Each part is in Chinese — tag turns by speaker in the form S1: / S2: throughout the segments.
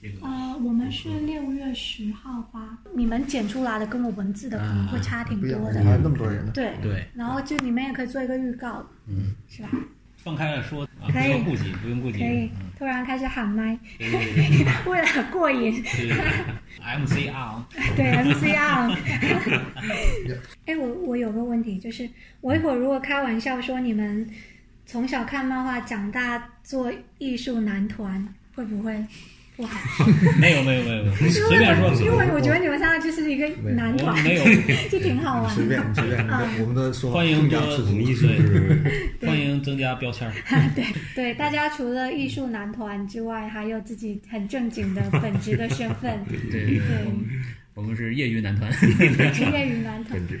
S1: 这个？
S2: 呃，我们是六月十号发，你们剪出来的跟我文字的可能会差挺
S3: 啊不一样，
S2: 多
S3: 哪有
S4: 嗯
S2: 的。
S3: 那么多人呢？
S2: 对，
S1: 对，
S2: 然后就你们也可以做一个预告，
S1: 嗯，
S2: 是吧？
S1: 放开了说啊，不
S2: 可以
S1: 用顾忌，不用顾忌。
S2: 可以
S1: 嗯
S2: 突然开始喊 麦，
S1: 对对对
S2: 为了过 瘾，
S1: 对对，MC R，
S2: 对 MCR。哎，我我有个问题，就是我一会儿如果开玩笑说你们从小看漫画长大做艺术男团，会不会不好？
S1: 没有没有没有，没有
S2: 因
S1: 随
S2: 为
S1: 便说
S2: 我，因为我
S3: 我
S2: 觉得你们三个就是一个男
S1: 我
S2: 团，
S1: 没有，
S2: 就挺好玩
S3: 随
S2: 的。
S3: 便，你随便，你的我们的说法
S1: 欢迎
S3: 更
S1: 多
S3: 加赤
S4: 我
S3: 足
S4: 们。艺术是
S2: 对
S1: 欢迎增加标签儿。
S2: 啊对，大家除了艺术男团之外，还有自己很正经的本职的身 份，
S1: 对对对，我们我们是业余男 团。
S2: 职业与男团。
S4: 本质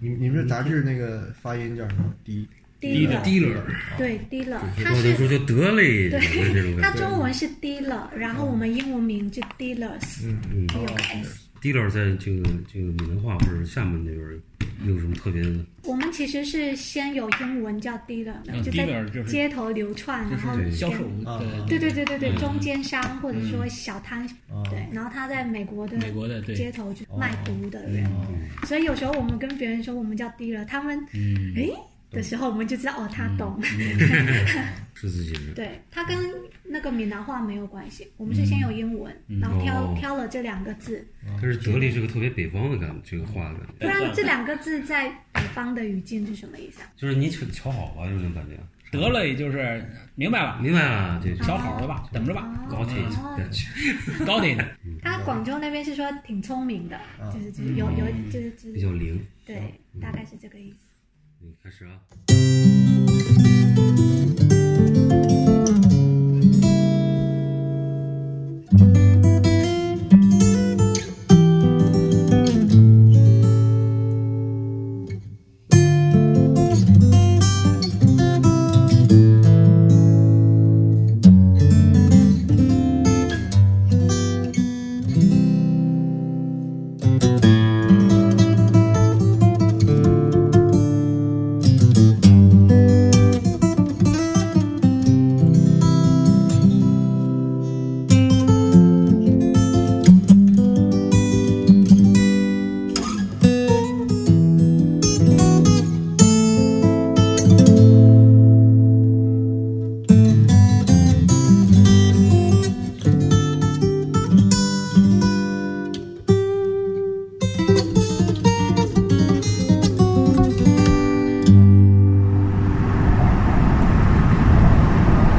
S3: 你你们这杂志那个发音叫什么？第一，
S2: 低
S1: 的
S2: 了，
S1: 低
S3: 了，
S2: 对低了，它
S4: 或者
S2: 是
S4: 说就得嘞，
S2: 对
S4: 就是这种
S2: 它
S4: 感觉。
S2: 中文是低了，然后我们英文名就 dealers，
S3: 嗯，
S4: 嗯
S2: dealers。
S4: ，dealer 在这个这个闽南话或者厦门那边儿有什么特别的？
S2: 我们其实是先有英文叫 dealer，的
S1: 嗯
S2: 就
S1: dealer 就
S2: 在
S1: 是
S2: 街头流窜，然后
S1: 就是销售
S3: 啊
S1: 的，
S2: 对对对对对，
S1: 嗯
S2: 中间商或者说小摊，
S3: 啊，
S2: 对，然后他在美国的
S1: 美国的对
S2: 街，头就
S3: 哦
S2: 卖毒的人，所以有时候我们跟别人说我们叫 dealer，他们
S1: 嗯，
S2: 诶的时候，我们就知道哦，他懂。
S4: 是自己人，
S2: 对，它跟那个闽南话没有关系，我们是先有英文，然后挑挑了这两个字，
S4: 但是得嘞是个特别北方的感觉，这个话感觉，
S2: 不然这两个字在北方的语境是什么意思啊？
S4: 就是你瞧瞧好吧，就这种感觉。
S1: 得了，也就是明白了，
S4: 明白了，
S2: 哎
S4: 对，
S1: 小好了吧，等着吧，
S4: 高铁感觉。
S1: 高点，
S2: 哦他广州那边是说挺聪明的，
S3: 嗯
S2: 就是就是有有就是就
S4: 比
S2: 是
S4: 较灵。
S2: 对，大概是这个意思。
S4: 嗯，开始啊。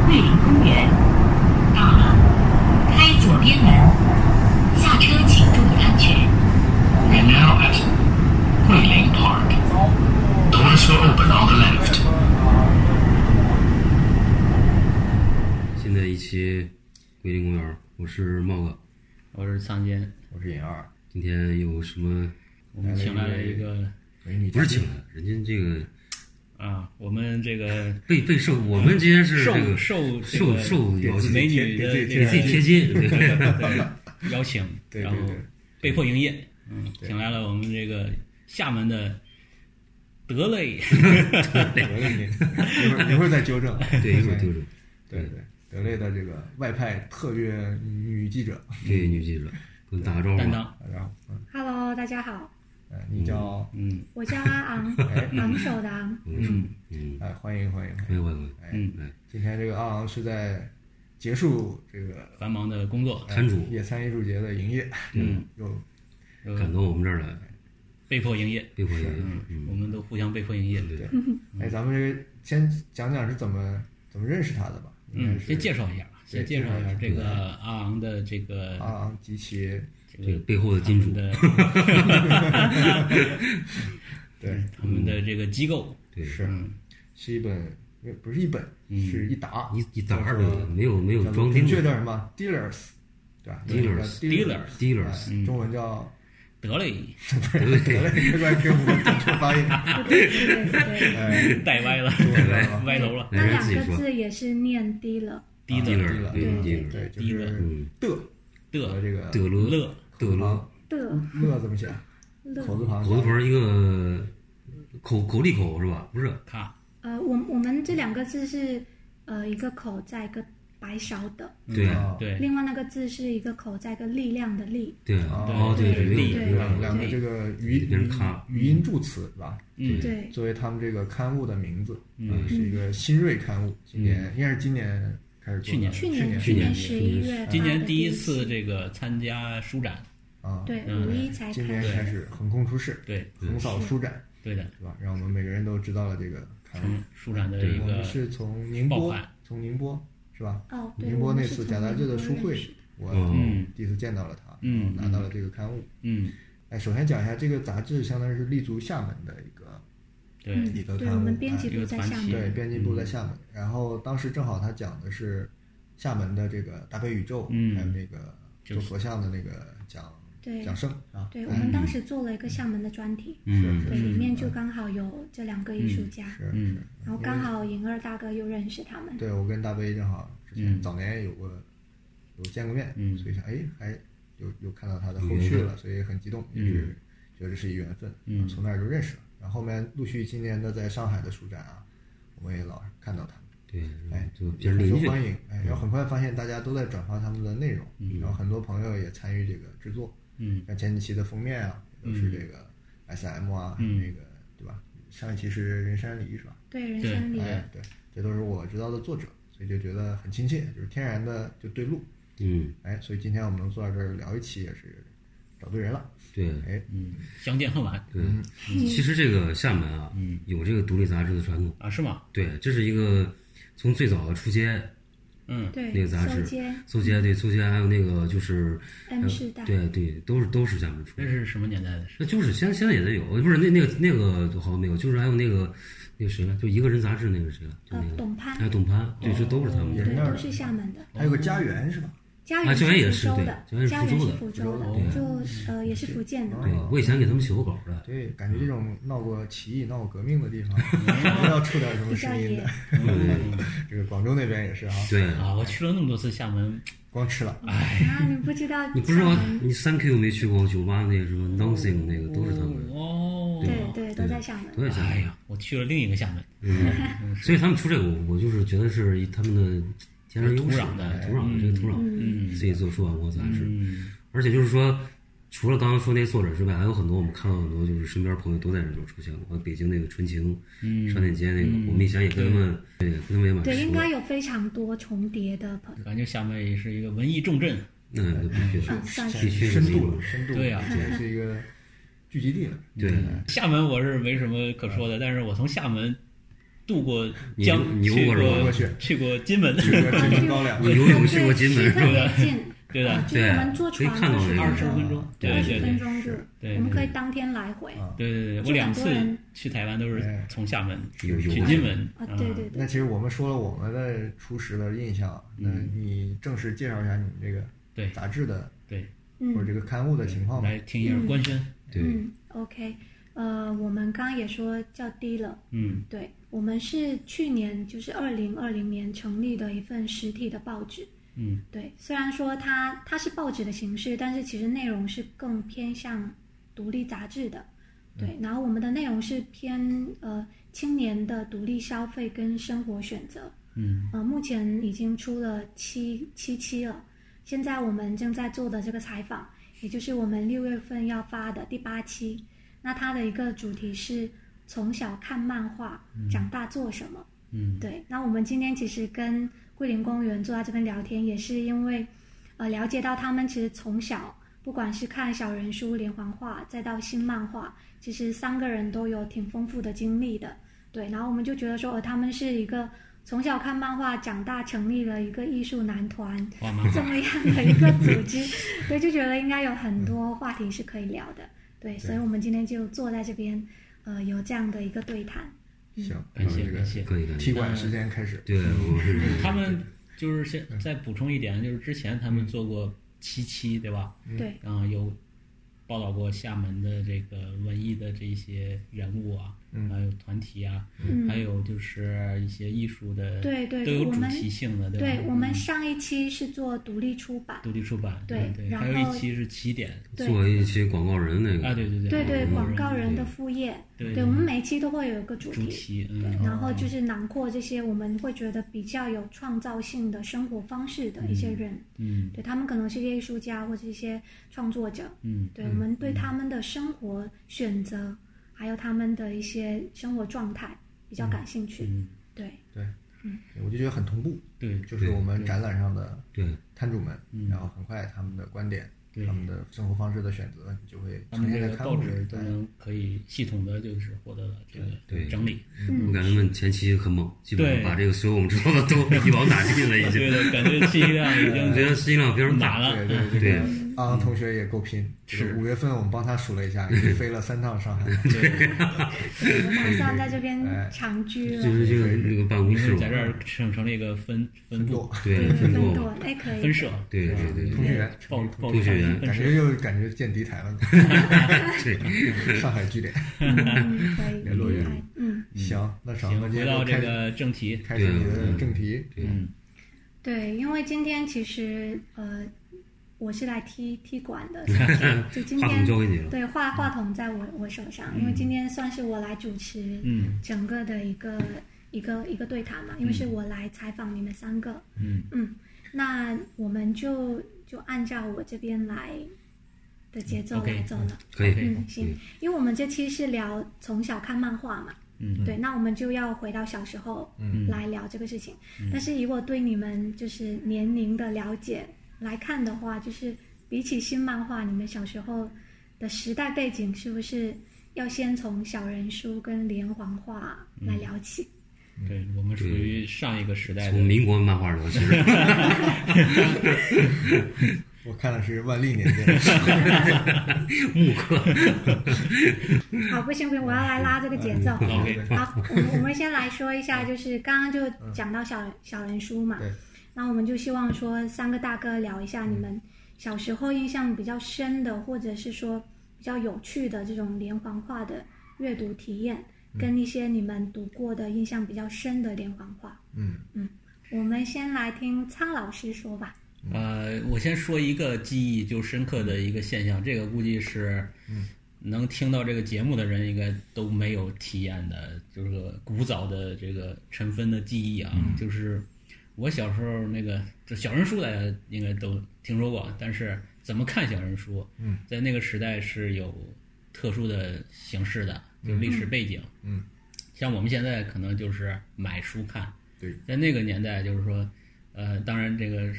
S5: 桂林公园。到了，开左边门，下车请注意安全。
S6: We're now at Guilin Park. Doors will open on the left.
S4: 现在一期桂林公园，我是茂哥。
S1: 我是仓间，
S3: 我是尹二，
S4: 今天有什么？
S1: 我们请来了一个
S3: 美女
S4: 不是请来，人家这个
S1: 啊，我们这个
S4: 备备受，我们今天是这
S1: 受
S4: 个
S1: 受这
S4: 受
S1: 个
S4: 受邀请，
S1: 美女的
S3: 给自己
S1: 这
S4: 给
S1: 个
S4: 自己贴金，对
S1: 对对邀请，
S3: 对对
S1: 然后
S3: 对
S1: 被迫营业，嗯，请来了我们这个厦门的德类，
S3: 得嘞，你一会儿一会儿再纠正，
S4: 对，一会儿丢着。
S3: 对对，得嘞的这个外派特约女记者，
S4: 对，女记者跟打个招
S1: 担
S4: 呼。
S1: 当，
S3: 然后嗯，
S2: Hello，大家好，
S3: 哎你叫
S1: 嗯
S2: 我叫阿昂，
S3: 哎
S2: 昂首的昂，
S1: 嗯
S4: 嗯，
S3: 哎，欢迎欢迎，
S4: 欢迎欢迎，
S3: 哎，
S1: 嗯，
S3: 今天这个昂昂是在结束这个
S1: 繁忙的工作，
S3: 哎
S4: 摊主
S3: 野餐艺术节的营业，
S1: 嗯，
S3: 又
S1: 呃
S4: 赶到我们这儿来，
S1: 被迫营业，
S4: 别欢
S1: 嗯
S4: 迎。，
S1: 我
S4: 嗯，
S1: 们都互相被迫营业，
S4: 对，
S3: 哎，咱们这个先讲讲是怎么怎么认识他的吧。应
S1: 嗯，
S3: 该是
S1: 先介绍一下，先介绍一下这
S3: 对
S1: 个阿昂的这个
S3: 阿昂及啊其
S4: 这个背后的金主，
S1: 的
S3: 对，
S1: 他们的这个机构，
S4: 对，
S3: 是
S1: 嗯
S3: 是一本，不是一本，
S1: 嗯
S3: 是一沓
S4: 一一沓
S3: 叫
S4: 儿
S3: 做
S4: 的，没有没有
S3: 叫做
S4: 装
S3: 准
S4: 订
S3: 确叫什么？Dealers，对吧
S4: Dealers 嗯
S1: Dealers
S4: dealers，
S3: 哎中文叫
S1: 德类
S3: 得嘞，别怪给我们准确发音，
S2: 对对对，
S3: 哎，
S4: 啊
S1: 带歪了，
S3: 中文叫
S1: 歪楼了，
S2: 那
S4: 来人
S2: 两
S4: 自己
S2: 个
S4: 说
S2: 字也是念低了，
S1: 低的
S4: ，dealer，对，dealer，
S3: 对，就是
S4: 嗯，
S3: 的和
S1: 的
S3: 这个啊
S4: 德勒
S1: 乐
S4: 德勒，
S2: 的
S3: 乐怎么写？啊口
S2: 乐。
S3: 字旁，
S4: 口字旁一个口口利口是吧？不是，
S1: 卡，
S2: 呃，我我们这两个字是呃一个口在一个白勺的，
S1: 嗯
S4: 对
S3: 啊
S1: 对
S2: 另外那个字是一个口在一个力量的力，
S4: 对啊，哦对对
S1: 对
S4: 对
S2: 对
S3: 两两个这个语
S4: 有点卡
S3: 语音助词是吧？
S1: 嗯
S2: 对，
S3: 作为他们这个刊物的名字，嗯，是一个新锐刊物，今年应该是今年开始做的，
S1: 嗯去年
S2: 去
S3: 年
S2: 去
S4: 去年
S2: 十一月，
S1: 今年第
S2: 一
S1: 一次这个参加书展，
S3: 啊，，
S2: 对
S1: 嗯
S2: 五一才
S3: 今
S2: 开
S3: 年
S2: 始，
S3: 开始横空出世，
S1: 对
S3: 横扫书展，
S1: 对的，
S3: 是吧？让我们每个人都知道了这个刊物
S1: 从。书展的
S4: 对
S1: 一
S3: 我
S1: 个
S3: 们是从宁
S1: 爆
S3: 波
S1: 款，
S3: 从宁波是吧？
S2: 哦，对，
S3: 宁波
S2: 我们
S3: 那
S2: 是
S3: 次
S2: 从
S3: 贾达志
S2: 宁
S3: 的
S2: 波
S3: 书
S2: 认
S3: 会
S2: 识的，
S3: 我
S4: 嗯
S3: 第一次见到了他，
S1: 嗯
S3: 然后拿到了这个刊物。
S1: 嗯，
S3: 哎，首先讲一下这个杂志，相当于是立足厦门的一个
S1: 对，
S3: 一个
S2: 嗯，对，
S3: 刊
S2: 我
S3: 物
S2: 们编辑
S1: 一个嗯
S2: 部在
S1: 团
S2: 厦
S1: 体
S2: 门，
S3: 对，编辑部在厦门，然后当时正好他讲的是厦门的这个大悲宇宙，
S1: 嗯
S3: 还有那个做佛像的那个讲
S2: 对
S3: 讲圣啊，
S2: 对，我们当时做了一个厦门的专题，
S4: 嗯
S2: 对，里面就刚好有这两个艺术家，
S3: 是
S1: 嗯
S3: 是，
S2: 然后刚好尹二大哥又认识他们，
S3: 对我跟大悲正好之前
S1: 嗯
S3: 早年有过有见过面，
S1: 嗯
S3: 所以想哎还有有看到他的后续了，所以很激动，也是觉得这是一缘分，
S1: 嗯
S3: 从那儿就认识了，然后后面陆续今年的在上海的书展啊，我们也老看到他们。
S4: 对，
S3: 哎，
S4: 就比较邻
S3: 很
S4: 居嗯
S3: 受，欢迎。哎，然后很快发现大家都在转发他们的内容，然后很多朋友也参与这个制作。
S1: 嗯，
S3: 像前几期的封面啊，
S4: 嗯
S3: 都是这个 S M 啊，还有那个对吧？上一期是任山黎是吧？
S2: 对，人生
S4: 嗯
S2: 里，
S3: 哎，对，这都是我知道的作者，所以就觉得很亲切，就是天然的就对路。
S4: 嗯，
S3: 哎，所以今天我们能坐在这儿聊一期，也是找对人了。
S4: 对
S3: 哎，
S1: 嗯，相见恨晚
S4: 对。
S3: 嗯
S4: 其实这个厦门啊，
S1: 嗯
S4: 有这个独立杂志的传统，
S1: 啊，是吗？
S4: 对，这是一个从最早的出街
S1: 嗯，
S4: 那
S2: 对，
S4: 个杂志
S2: 收街
S4: 搜街，对搜街，还有那个就是
S2: M 世代，
S4: 对对，都是都是厦门出
S1: 那
S4: 的。
S1: 是什么年代的事？
S4: 那就是现在现在也在有，不是那那个那个好像没有，就是还有那个那个谁了，就一个人杂志那个谁了，就
S2: 呃
S4: 那，个
S2: 董潘
S4: 还，有董潘，对，这都是他们
S3: 也
S4: 的。
S3: 是
S1: 哦
S2: 对，
S3: 那儿
S2: 都
S3: 的
S2: 是厦门的。
S3: 还有个家园是吧？
S2: 家
S4: 啊
S2: 园
S4: 家园也
S2: 是
S4: 是
S2: 福州
S4: 对
S2: 的，
S4: 家
S2: 家园
S4: 园是
S2: 是
S4: 福
S2: 福州
S3: 福
S2: 的，就呃也是福建的。
S4: 啊对，我以前给他们写过稿的。
S3: 对，感觉这种闹过起义、闹过革命的 地方，一定要出点什么声音的。 这个广州那边也是啊，
S4: 对
S1: 啊，我去了那么多次厦门，
S3: 光吃了。
S2: 啊，你不知道厦门？
S4: 你不知道你三 Q 没去过酒吧那个什么 Nothing 那个都是他们的，
S1: 哦，
S2: 对对，都在厦门。
S4: 啊都在厦
S1: 哎
S4: 门。
S1: 呀，我去了另一个厦门，
S4: 所以他们出这个，我我就是觉得是他们的天然优势，
S1: 土壤的
S4: 哎土壤的这个土壤，所以做出版国杂志。
S1: 嗯，
S4: 而且就是说，除了刚刚说那作者之外，还有很多我们看到很多就是身边朋友都在这种出现过，北京那个纯情，
S1: 嗯
S4: 商店街那个，我们以前也跟他们对跟他们也蛮
S2: 对，应该
S4: 熟，
S2: 有非常多重叠的朋友。
S1: 感觉厦门也是一个文艺重镇，
S4: 那那必须的
S2: 嗯，算
S4: 必
S2: 是
S4: 须的
S3: 深度了，深度了
S1: 对啊呀
S3: 这也是一个聚集地了。
S4: 对，
S1: 厦门我是没什么可说的，但是我从厦门渡过
S4: 你
S1: 江，
S4: 你游
S1: 去
S4: 过是吧
S1: 过
S3: 过去
S1: 去过金门，
S3: 这个真高粱，
S4: 你游泳去过金
S2: 对
S4: 门
S2: 区， 分也近，
S1: 对的
S2: 啊就是我们坐
S4: 对可以
S2: 船
S4: 看到啊那个
S1: 二十分钟，对
S2: 二
S1: 对
S2: 十
S1: 对
S2: 分钟就，
S1: 对
S2: 我们可以当天来回。
S3: 啊
S1: 对对对，
S2: 就
S1: 我两次
S2: 很多人
S1: 去台湾都是从厦门
S4: 有有
S1: 去金门嗯
S2: 啊，对对
S3: 那
S2: 对，
S3: 其实我们说了我们的初识的印象，那你正式介绍一下你们这个
S1: 嗯对
S3: 杂志的
S1: 对，
S2: 嗯
S3: 或者这个刊物的情况吧
S1: 来？听一下官宣，
S4: 对，
S2: 嗯，OK，呃，我们刚刚也说叫低了。
S1: 嗯
S2: 对，我们是去年，就是二零二零年成立的一份实体的报纸。
S1: 嗯，
S2: 对，虽然说它它是报纸的形式，但是其实内容是更偏向独立杂志的。对，然后我们的内容是偏呃青年的独立消费跟生活选择。
S1: 嗯
S2: 呃，目前已经出了七七期了，现在我们正在做的这个采访，也就是我们六月份要发的第八期，那它的一个主题是从小看漫画，长大做什么？
S1: 嗯
S2: 对，那我们今天其实跟桂林公园坐在这边聊天，也是因为，呃，了解到他们其实从小，不管是看小人书、连环画，再到新漫画，其实三个人都有挺丰富的经历的。对，然后我们就觉得说，呃，他们是一个从小看漫画长大，成立了一个艺术男团，
S1: 画漫
S2: 这
S1: 画，
S2: 么样的一个组 织，所以就觉得应该有很多话题是可以聊的。对，所以我们今天就坐在这边，呃，有这样的一个对谈。
S3: 行，
S1: 感
S3: 那我们
S1: 谢
S3: 这
S1: 感谢
S3: 个
S4: 可以的，
S3: 踢馆时间开始。
S4: 对，我是
S1: 他们就是现再补充一点，就是之前他们做过七期，对吧？
S2: 对，
S1: 然后有报道过厦门的这个文艺的这一些人物啊，
S3: 嗯
S1: 还有团体啊，
S2: 嗯
S1: 还有就是一些艺术的，
S2: 对对
S1: 都有
S2: 我
S1: 主
S2: 们
S1: 题性的，吧？
S2: 对我们
S1: 嗯
S2: 上一期是做独立出版，
S1: 独立出版，嗯
S2: 对
S1: 对，
S2: 然
S1: 还有
S2: 后
S1: 一期是起点
S2: 对
S4: 做一期广告人那个
S1: 啊，对对对
S2: 对对，
S1: 嗯
S2: 广告人的副业，
S1: 对
S2: 我们每期都会有一个主
S1: 主
S2: 题，
S1: 题，
S2: 对
S1: 嗯，，
S2: 然后就是囊括这些我们会觉得比较有创造性的生活方式的一些人，
S1: 嗯
S2: 对他们可能是一些艺术家或者一些创作者，
S1: 嗯，
S2: 对我们对他们的生活选择，还有他们的一些生活状态比较感兴趣，
S1: 嗯
S2: 对，
S3: 对，我就觉得很同步，
S1: 对
S3: 就是我们展览上的
S4: 对
S3: 摊主们
S1: 嗯，
S3: 然后很快他们的观点、
S1: 对
S3: 他们的生活方式的选择，你就会
S1: 他
S3: 呈
S1: 们
S3: 现
S1: 这
S3: 在
S1: 个
S3: 刊
S1: 报
S3: 物
S1: 纸
S3: 里。
S1: 都
S3: 对，
S1: 能可以系统的就是获得了这
S4: 对
S1: 个
S4: 对
S1: 整理，
S4: 我感觉他们前期很猛，基本上
S1: 对
S4: 把这个所有我们知道的都一网打尽了，已
S1: 对
S4: 经。
S1: 的，感觉信息量已
S4: 我觉
S1: 经
S4: 得信息量非常
S1: 打
S4: 大，
S1: 了，
S3: 对对
S4: 对
S3: 这个昂同学也够拼，
S4: 是
S3: 五月份我们帮他数了一 下，已经飞了三趟上海。
S2: 我打算在这边
S3: 哎
S2: 长居
S4: 就
S2: 了，
S4: 是就是那个办公
S1: 因
S4: 室
S1: 为
S4: 嘛
S1: 在这，儿成成了一个分分
S3: 分
S1: 部
S3: 舵
S4: 对
S2: 对，
S4: 分
S2: 分
S4: 舵
S2: 舵，，哎，可以，
S1: 分社，
S4: 对对对
S3: 通
S4: 对
S3: 讯员，
S1: 报报
S4: 通讯员
S1: 分
S3: 感
S1: 社
S3: 觉又感觉见敌台 了， 上海据点。
S2: 嗯，可以，
S3: 联络
S2: 厉
S3: 员
S2: 害，嗯，
S3: 行，那啥，
S1: 行
S3: 那，今
S1: 回
S3: 天
S1: 到
S3: 就
S1: 这
S3: 开
S1: 个正题，
S3: 开始你的正题。
S1: 嗯
S2: 对，因为今天其实呃，我是来踢踢馆 的，就今
S4: 话
S2: 天
S4: 筒交给你了嗯
S2: 对话话筒在我我手上，因为今天算是我来主持
S1: 嗯
S2: 整个的一个、一个一个对谈嘛，因
S4: 嗯
S2: 为是我来采访你们三个，
S1: 嗯
S2: 嗯，那我们就就按照我这边来的节奏
S1: OK，
S2: 来走了。
S4: 可以，
S2: 嗯，行，因为我们这期是聊从小看漫画嘛，
S1: 嗯
S2: 对，那我们就要回到小时候来聊这个事情。但是以我对你们就是年龄的了解来看的话，就是比起新漫画，你们小时候的时代背景是不是要先从小人书跟连环画来聊起？
S1: 对我们属于上一个时代的
S4: 从民国漫画聊起， 嗯
S3: 我看的是万历年间，
S4: 木刻，
S2: 好，不行不行，我要来拉这个节奏。
S1: OK
S2: 好，我们我们先来说一下，就是刚刚就讲到小人小人书嘛
S3: 对，
S2: 那我们就希望说三个大哥聊一下你们小时候印象比较深的，或者是说比较有趣的这种连环画的阅读体验，跟一些你们读过的印象比较深的连环画。
S3: 嗯，
S2: 我们先来听苍老师说吧。
S1: 呃，我先说一个记忆就深刻的一个现象，这个估计是，能听到这个节目的人应该都没有体验的，就是个古早的这个尘封的记忆啊，
S3: 嗯
S1: 就是我小时候那个这小人书，大家应该都听说过，但是怎么看小人书，
S3: 嗯，
S1: 在那个时代是有特殊的形式的，就是历史背景，
S3: 嗯，
S1: 像我们现在可能就是买书看，
S3: 对，
S1: 在那个年代，就是说，呃，当然这个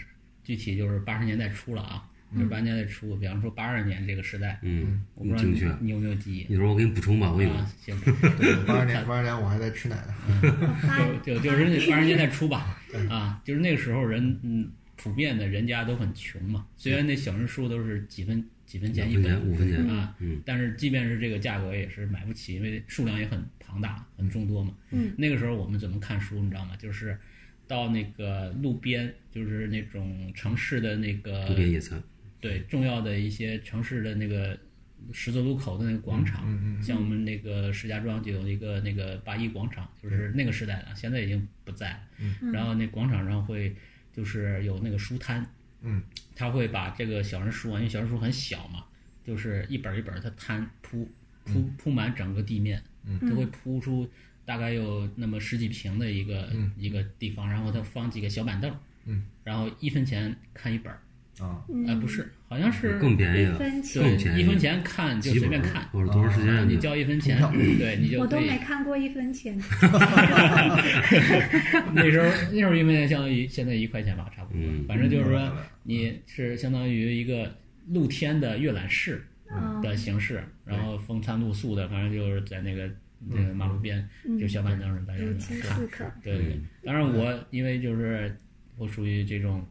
S1: 具体就是八十年代初了啊，就是八十年代初，比方说八二年这个时代，
S4: 嗯，
S1: 我不知道
S4: 精
S1: 你
S4: 确。
S1: 你有没有记忆
S4: 你说我给你补充吧，我有，
S1: 啊？行，
S3: 嗯八二年八二年我还在吃奶呢。
S4: 嗯
S1: 就就就是那八十年代初吧，啊，就是那个时候人，嗯，普遍的人家都很穷嘛，虽然那小人书都是几分几分钱一
S4: 两分钱
S1: 本
S4: 五分钱
S1: 啊，
S4: 嗯
S1: 但是即便是这个价格也是买不起，因为数量也很庞大，很众多嘛。
S2: 嗯，
S1: 那个时候我们怎么看书，你知道吗？就是到那个路边，就是那种城市的那个
S4: 路边野餐，
S1: 对重要的一些城市的那个十字路口的那个广
S3: 嗯
S1: 场，
S4: 嗯
S1: 像我们那个石家庄就有一个那个八一广场，就是那个时代的，现在已经不在了。
S4: 嗯
S1: 然后那广场上会就是有那个书摊，
S3: 嗯，
S1: 他会把这个小人书啊，因为小人书很小嘛，就是一本儿一本儿它摊铺铺
S4: 嗯
S1: 铺满整个地面，嗯，它会铺出大概有那么十几平的一个、
S4: 嗯
S1: 一个地方，然后它放几个小板凳，
S3: 嗯，
S1: 然后一分钱看一本儿，
S4: 嗯
S3: 啊，
S1: 哎、不是，好像是
S4: 更便宜了，
S2: 嗯分钱
S1: 对
S4: 更便宜，
S1: 一分钱看就
S4: 几
S1: 随
S4: 本
S1: 便
S4: 儿
S1: 看，啊
S4: 或者多长
S3: 嗯
S4: 时间？
S1: 你交一分钱，对你就
S2: 我都
S1: 可以
S2: 没。看过一分钱，
S1: 那时候那时候因为相当于现在一块钱吧，差不多
S4: 嗯，
S1: 反正就是
S3: 明
S1: 说
S3: 白了
S1: 你是相当于一个露天的阅览室
S2: 嗯
S1: 的形式，然后风餐露宿的，反正就是在那个那个马路边，就小板凳上大家
S2: 嗯有
S1: 在
S2: 机
S1: 那看
S2: 四刻。
S1: 对对，
S3: 嗯
S1: 对，当然我因为就是我属于这种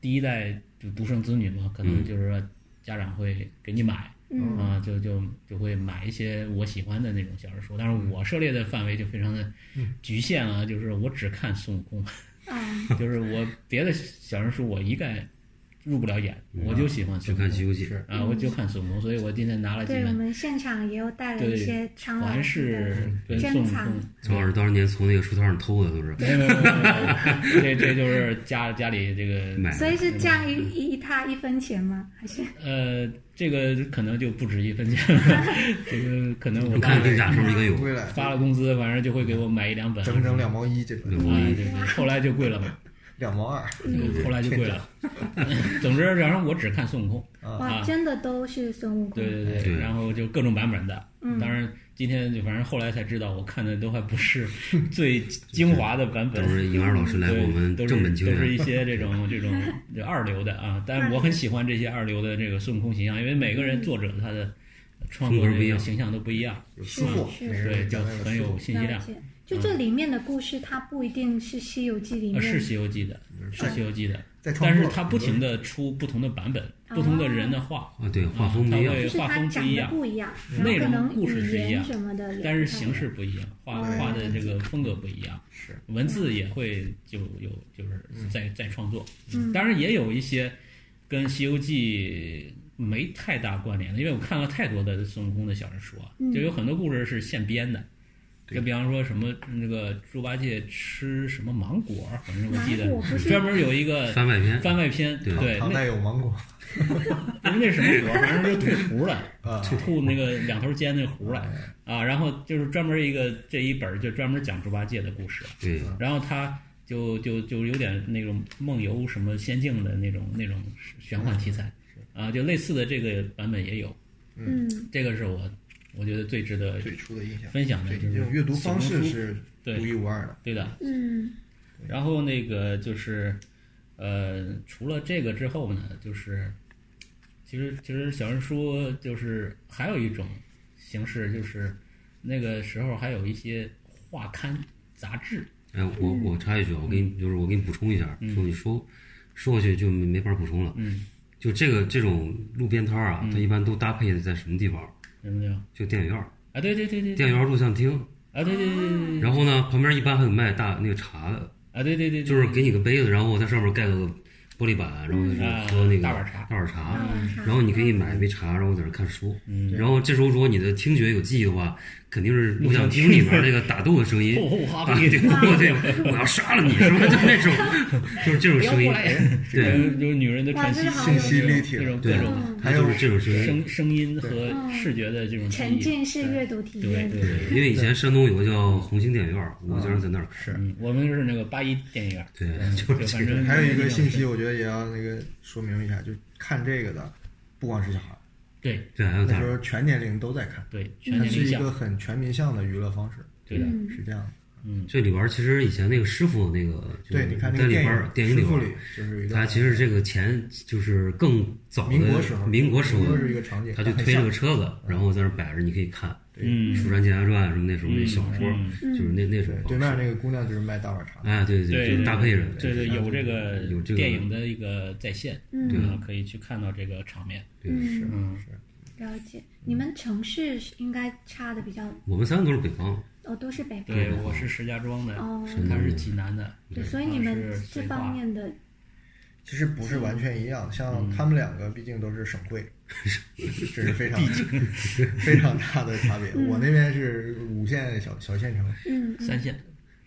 S1: 第一代就独生子女嘛，可
S3: 嗯
S1: 能就是说家长会给你买，
S2: 嗯
S1: 啊，就就就会买一些我喜欢的那种小人书。但
S4: 嗯
S1: 是我涉猎的范围就非常的局限啊， 就是我只看孙悟空，
S2: 嗯
S1: 就是我别的小人书我一概。入不了眼，我就喜欢
S4: 去
S1: 孙悟
S4: 看《
S1: 空
S4: 西游记》。
S3: 是
S1: 啊，我就看孙悟空，所以我今天拿了几
S2: 对我
S1: 本
S2: 们现场也有带了一些
S1: 对
S2: 苍老
S1: 传
S2: 师
S1: 世
S4: 嗯
S1: 跟
S2: 珍
S1: 孙悟
S2: 藏
S1: 空。
S4: 从二十多少年从那个书摊上偷的都是
S1: 没有没有没有没 有，这这就是家家里这个
S4: 买
S2: 的，所
S4: 的。
S2: 以是降一一一他一分钱吗？还是
S1: 呃，这个可能就不值一分钱， 这个可能我
S4: 你看
S1: 爸
S4: 定价是不是应该
S3: 归来
S4: 有？
S1: 发了工资，反正就会给我买一两本，
S3: 整整两毛一这本，
S4: 两毛
S1: 啊，对对，后来就贵了嘛，
S3: 两毛二
S4: 嗯
S1: 后来就贵 了。总之，然后我只看孙悟空，
S3: 啊，
S2: 哇，真的都是孙悟空
S1: 对？对对，
S4: 对
S1: 然后就各种版本的。当然，今天就反正后来才知道，我看的都还不 是最精华的版
S4: 都
S1: 本。
S4: 是颖儿老师来
S1: 对
S4: 我们
S1: 都是
S4: 正本清
S1: 都是一
S4: 源，
S1: 些这种这种这二流的啊，但我很喜欢这些二流的这个孙悟空形象，因为每个人作者他的创作
S4: 风格不一
S1: 这个
S4: 样
S1: 形象都不一样，
S3: 有私货，
S2: 是
S3: 每个
S1: 对，
S3: 人
S1: 就
S3: 讲那个
S1: 很
S3: 私
S1: 有
S3: 货，
S1: 信息量
S2: 了。解。就这里面的故事，它不一定是《西游记》里
S1: 呃，是《
S2: 面。
S1: 西游记》的，是《西游记》的，
S3: 在创
S1: 但
S3: 作
S1: 是它不停的出不同的版本，不同的人的画，
S4: 啊，对，画风不一
S1: 啊
S4: 样
S1: 对
S2: 就是
S1: 画
S2: 它
S1: 风不
S2: 讲
S1: 一
S2: 的
S1: 样
S2: 不一样，然后
S1: 内
S2: 可
S1: 容
S2: 能
S1: 故事
S2: 语
S1: 是一
S2: 言
S1: 样
S2: 什么的也不太一样，
S1: 但是形式不一样，画画的这个风格不一样，
S3: 是
S1: 文字也会就有就是在在创作，
S2: 嗯
S1: 当然也有一些跟《西游记》没太大关联的，因为我看了太多的孙悟空的小人书啊，
S2: 嗯
S1: 就有很多故事是现编的。
S3: 对
S1: 就比方说什么那个猪八戒吃什么芒果，反正我记得
S2: 芒果不是
S1: 专门有一个
S4: 番外篇，
S1: 番外篇，
S4: 对
S1: 对，
S3: 唐
S1: 那
S3: 代有芒果
S1: 不是那什么果，反正就吐核了，
S3: 啊，
S1: 吐那个两头尖那核了啊。然后就是专门一个这一本儿就专门讲猪八戒的故事，
S4: 对，
S1: 然后他就就就有点那种梦游什么仙境的那种那种玄幻题材啊，就类似的这个版本也有。
S2: 嗯，
S1: 这个是我我觉得最值得
S3: 最初的印象，
S1: 分享
S4: 嗯
S1: 的，就是
S3: 对，这种阅读方式
S1: 小红书
S3: 是独
S1: 对
S3: 一无二的。
S1: 对的。
S2: 嗯，
S1: 然后那个就是，呃，除了这个之后呢，就是，其实其实小人书就是还有一种形式，就是那个时候还有一些画刊杂志，
S4: 哎，我我插一句啊，我给你就是我给你补充一下，说你说说过去就没没法补充了。
S1: 嗯，
S4: 就这个这种路边摊儿啊，它一般都搭配在什么地方？
S1: 什么叫
S4: 就电影院儿、
S1: 啊？对对对对，
S4: 电影院儿录像厅。
S1: 啊对对对对对
S3: 嗯
S4: 然后呢，旁边一般还有卖大那个茶的，
S1: 啊对对对，对
S4: 就是给你个杯子，然后在上面盖个玻璃板，然后就是喝那个
S1: 嗯大碗茶
S4: 大碗茶
S2: 嗯
S4: 然后你可以买一杯茶，然后在那看书。
S1: 嗯
S4: 然后这时候如果你的听觉有记忆的话，肯定是录像厅里边那个打斗的声音，
S1: 吼吼哈哈
S4: 打啊对，我对，我要杀了你，是吧？就那种，就是这种声音，对，
S1: 就是就是女人的喘息
S2: 哇这是好
S1: 声那
S2: 有
S1: 种
S2: 意思
S3: 信息立体
S1: 那种各
S4: 对
S1: 种
S2: 嗯，
S4: 它就是这种声音。
S1: 声声音和视觉的这种记
S2: 沉
S1: 忆。
S2: 浸式阅读体
S1: 对
S2: 验，
S1: 对对，
S4: 因为以前山东有个叫红星电影院，我经常在那儿看。
S3: 是
S1: 嗯，我们是那个八一电影院，
S4: 对
S1: 嗯，
S4: 就是
S1: 反正
S3: 还有一个信息，，我觉得也要那个说明一下，就看这个的，不光是小孩儿，
S1: 对
S4: 对，还有
S3: 那
S4: 大
S3: 时候全年龄都在看，
S1: 对，全
S3: 它
S1: 年
S3: 是
S1: 龄
S3: 一
S1: 向
S3: 个，很全民向的娱乐方式，
S1: 对的，
S2: 嗯
S3: 是这样的。
S1: 嗯，
S4: 这里边儿其实以前那个师傅那个，就是
S3: 对，你看那
S4: 在
S3: 个
S4: 里
S3: 电
S4: 边儿
S3: 影，
S4: 电影里
S3: 师
S4: 边
S3: 傅
S4: 儿
S3: 里，就是有一个
S4: 他其实这个前就是更早的
S3: 民国时候，
S4: 民国时候
S3: 民国是一个场景，
S4: 他就推着个车子，然后在那儿摆着，你可以看
S1: 嗯
S4: 《蜀山剑侠传》什么那时候那小说，
S1: 嗯
S4: 就是那那种
S3: 对对
S4: 方式。
S3: 面那个姑娘就是卖大碗茶的，
S4: 哎，对
S1: 对，
S4: 就是
S1: 对
S4: 搭配着，
S1: 对
S3: 嗯
S1: 对，有这个
S4: 有这个
S1: 电影的一个在线，
S2: 嗯
S1: 啊，可以去看到这个场面，
S2: 嗯，
S1: 嗯，
S2: 了解。你们城市是应该差的比较，
S4: 我们三个都是北方，
S2: 哦，都是北方
S1: 对，我是石家庄的，
S2: 哦，
S1: 他是济南的，
S2: 对，所以你们
S1: 我是
S2: 这
S1: 绥
S2: 方
S1: 化
S2: 面的，
S3: 其实不是完全一样，像他们两个毕竟都是省会，这是非常非常大的差别。我那边是五线小小县城，
S2: 嗯，嗯
S1: 三线，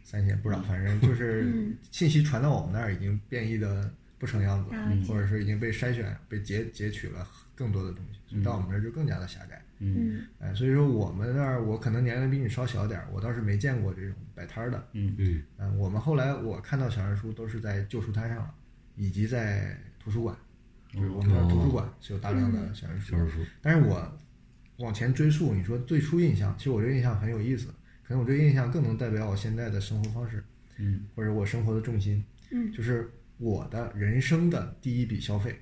S3: 三线不知道，反正就是
S2: 嗯
S3: 信息传到我们那儿已经变异的不成样子了，
S2: 了解
S3: 或者说已经被筛选、被截截取了更多的东西，所以到我们这儿就更加的狭窄。
S2: 嗯
S3: 哎，所以说我们那儿我可能年龄比你稍小点儿，我倒是没见过这种摆摊儿的。
S1: 嗯
S4: 嗯
S3: 嗯，我们后来我看到小人书都是在旧书摊上了，以及在图书馆，就是我们那儿图书馆是有大量的小人书
S4: 哦小。人书，
S3: 但是我往前追溯，你说最初印象，其实我这个印象很有意思，可能我这个印象更能代表我现在的生活方式，
S1: 嗯，
S3: 或者我生活的重心，
S2: 嗯
S3: 就是我的人生的第一笔消费，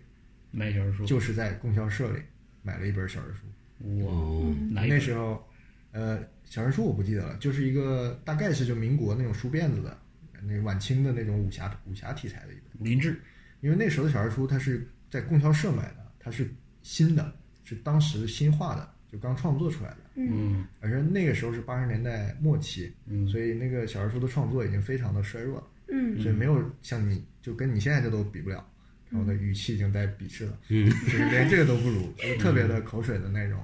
S1: 买小人书，
S3: 就是在供销社里买了一本小人书。
S1: 我
S4: 哦，
S2: 嗯
S1: 哪一
S3: 那
S1: 本
S3: 时候，呃，小人书我不记得了，就是一个大概是就民国那种书辫子的，那个晚清的那种武侠武侠题材的一本。
S1: 林志，
S3: 因为那时候的小人书它是在供销社买的，它是新的，是当时新画的，就刚创作出来的。
S2: 嗯
S1: 嗯
S3: 而且那个时候是八十年代末期，
S1: 嗯
S3: 所以那个小人书的创作已经非常的衰弱了，
S2: 嗯
S3: 所以没有像你就跟你现在这都比不了。然后的语气已经带鄙视了，
S4: 嗯，
S3: 就是连这个都不如，就是特别的口水的那种，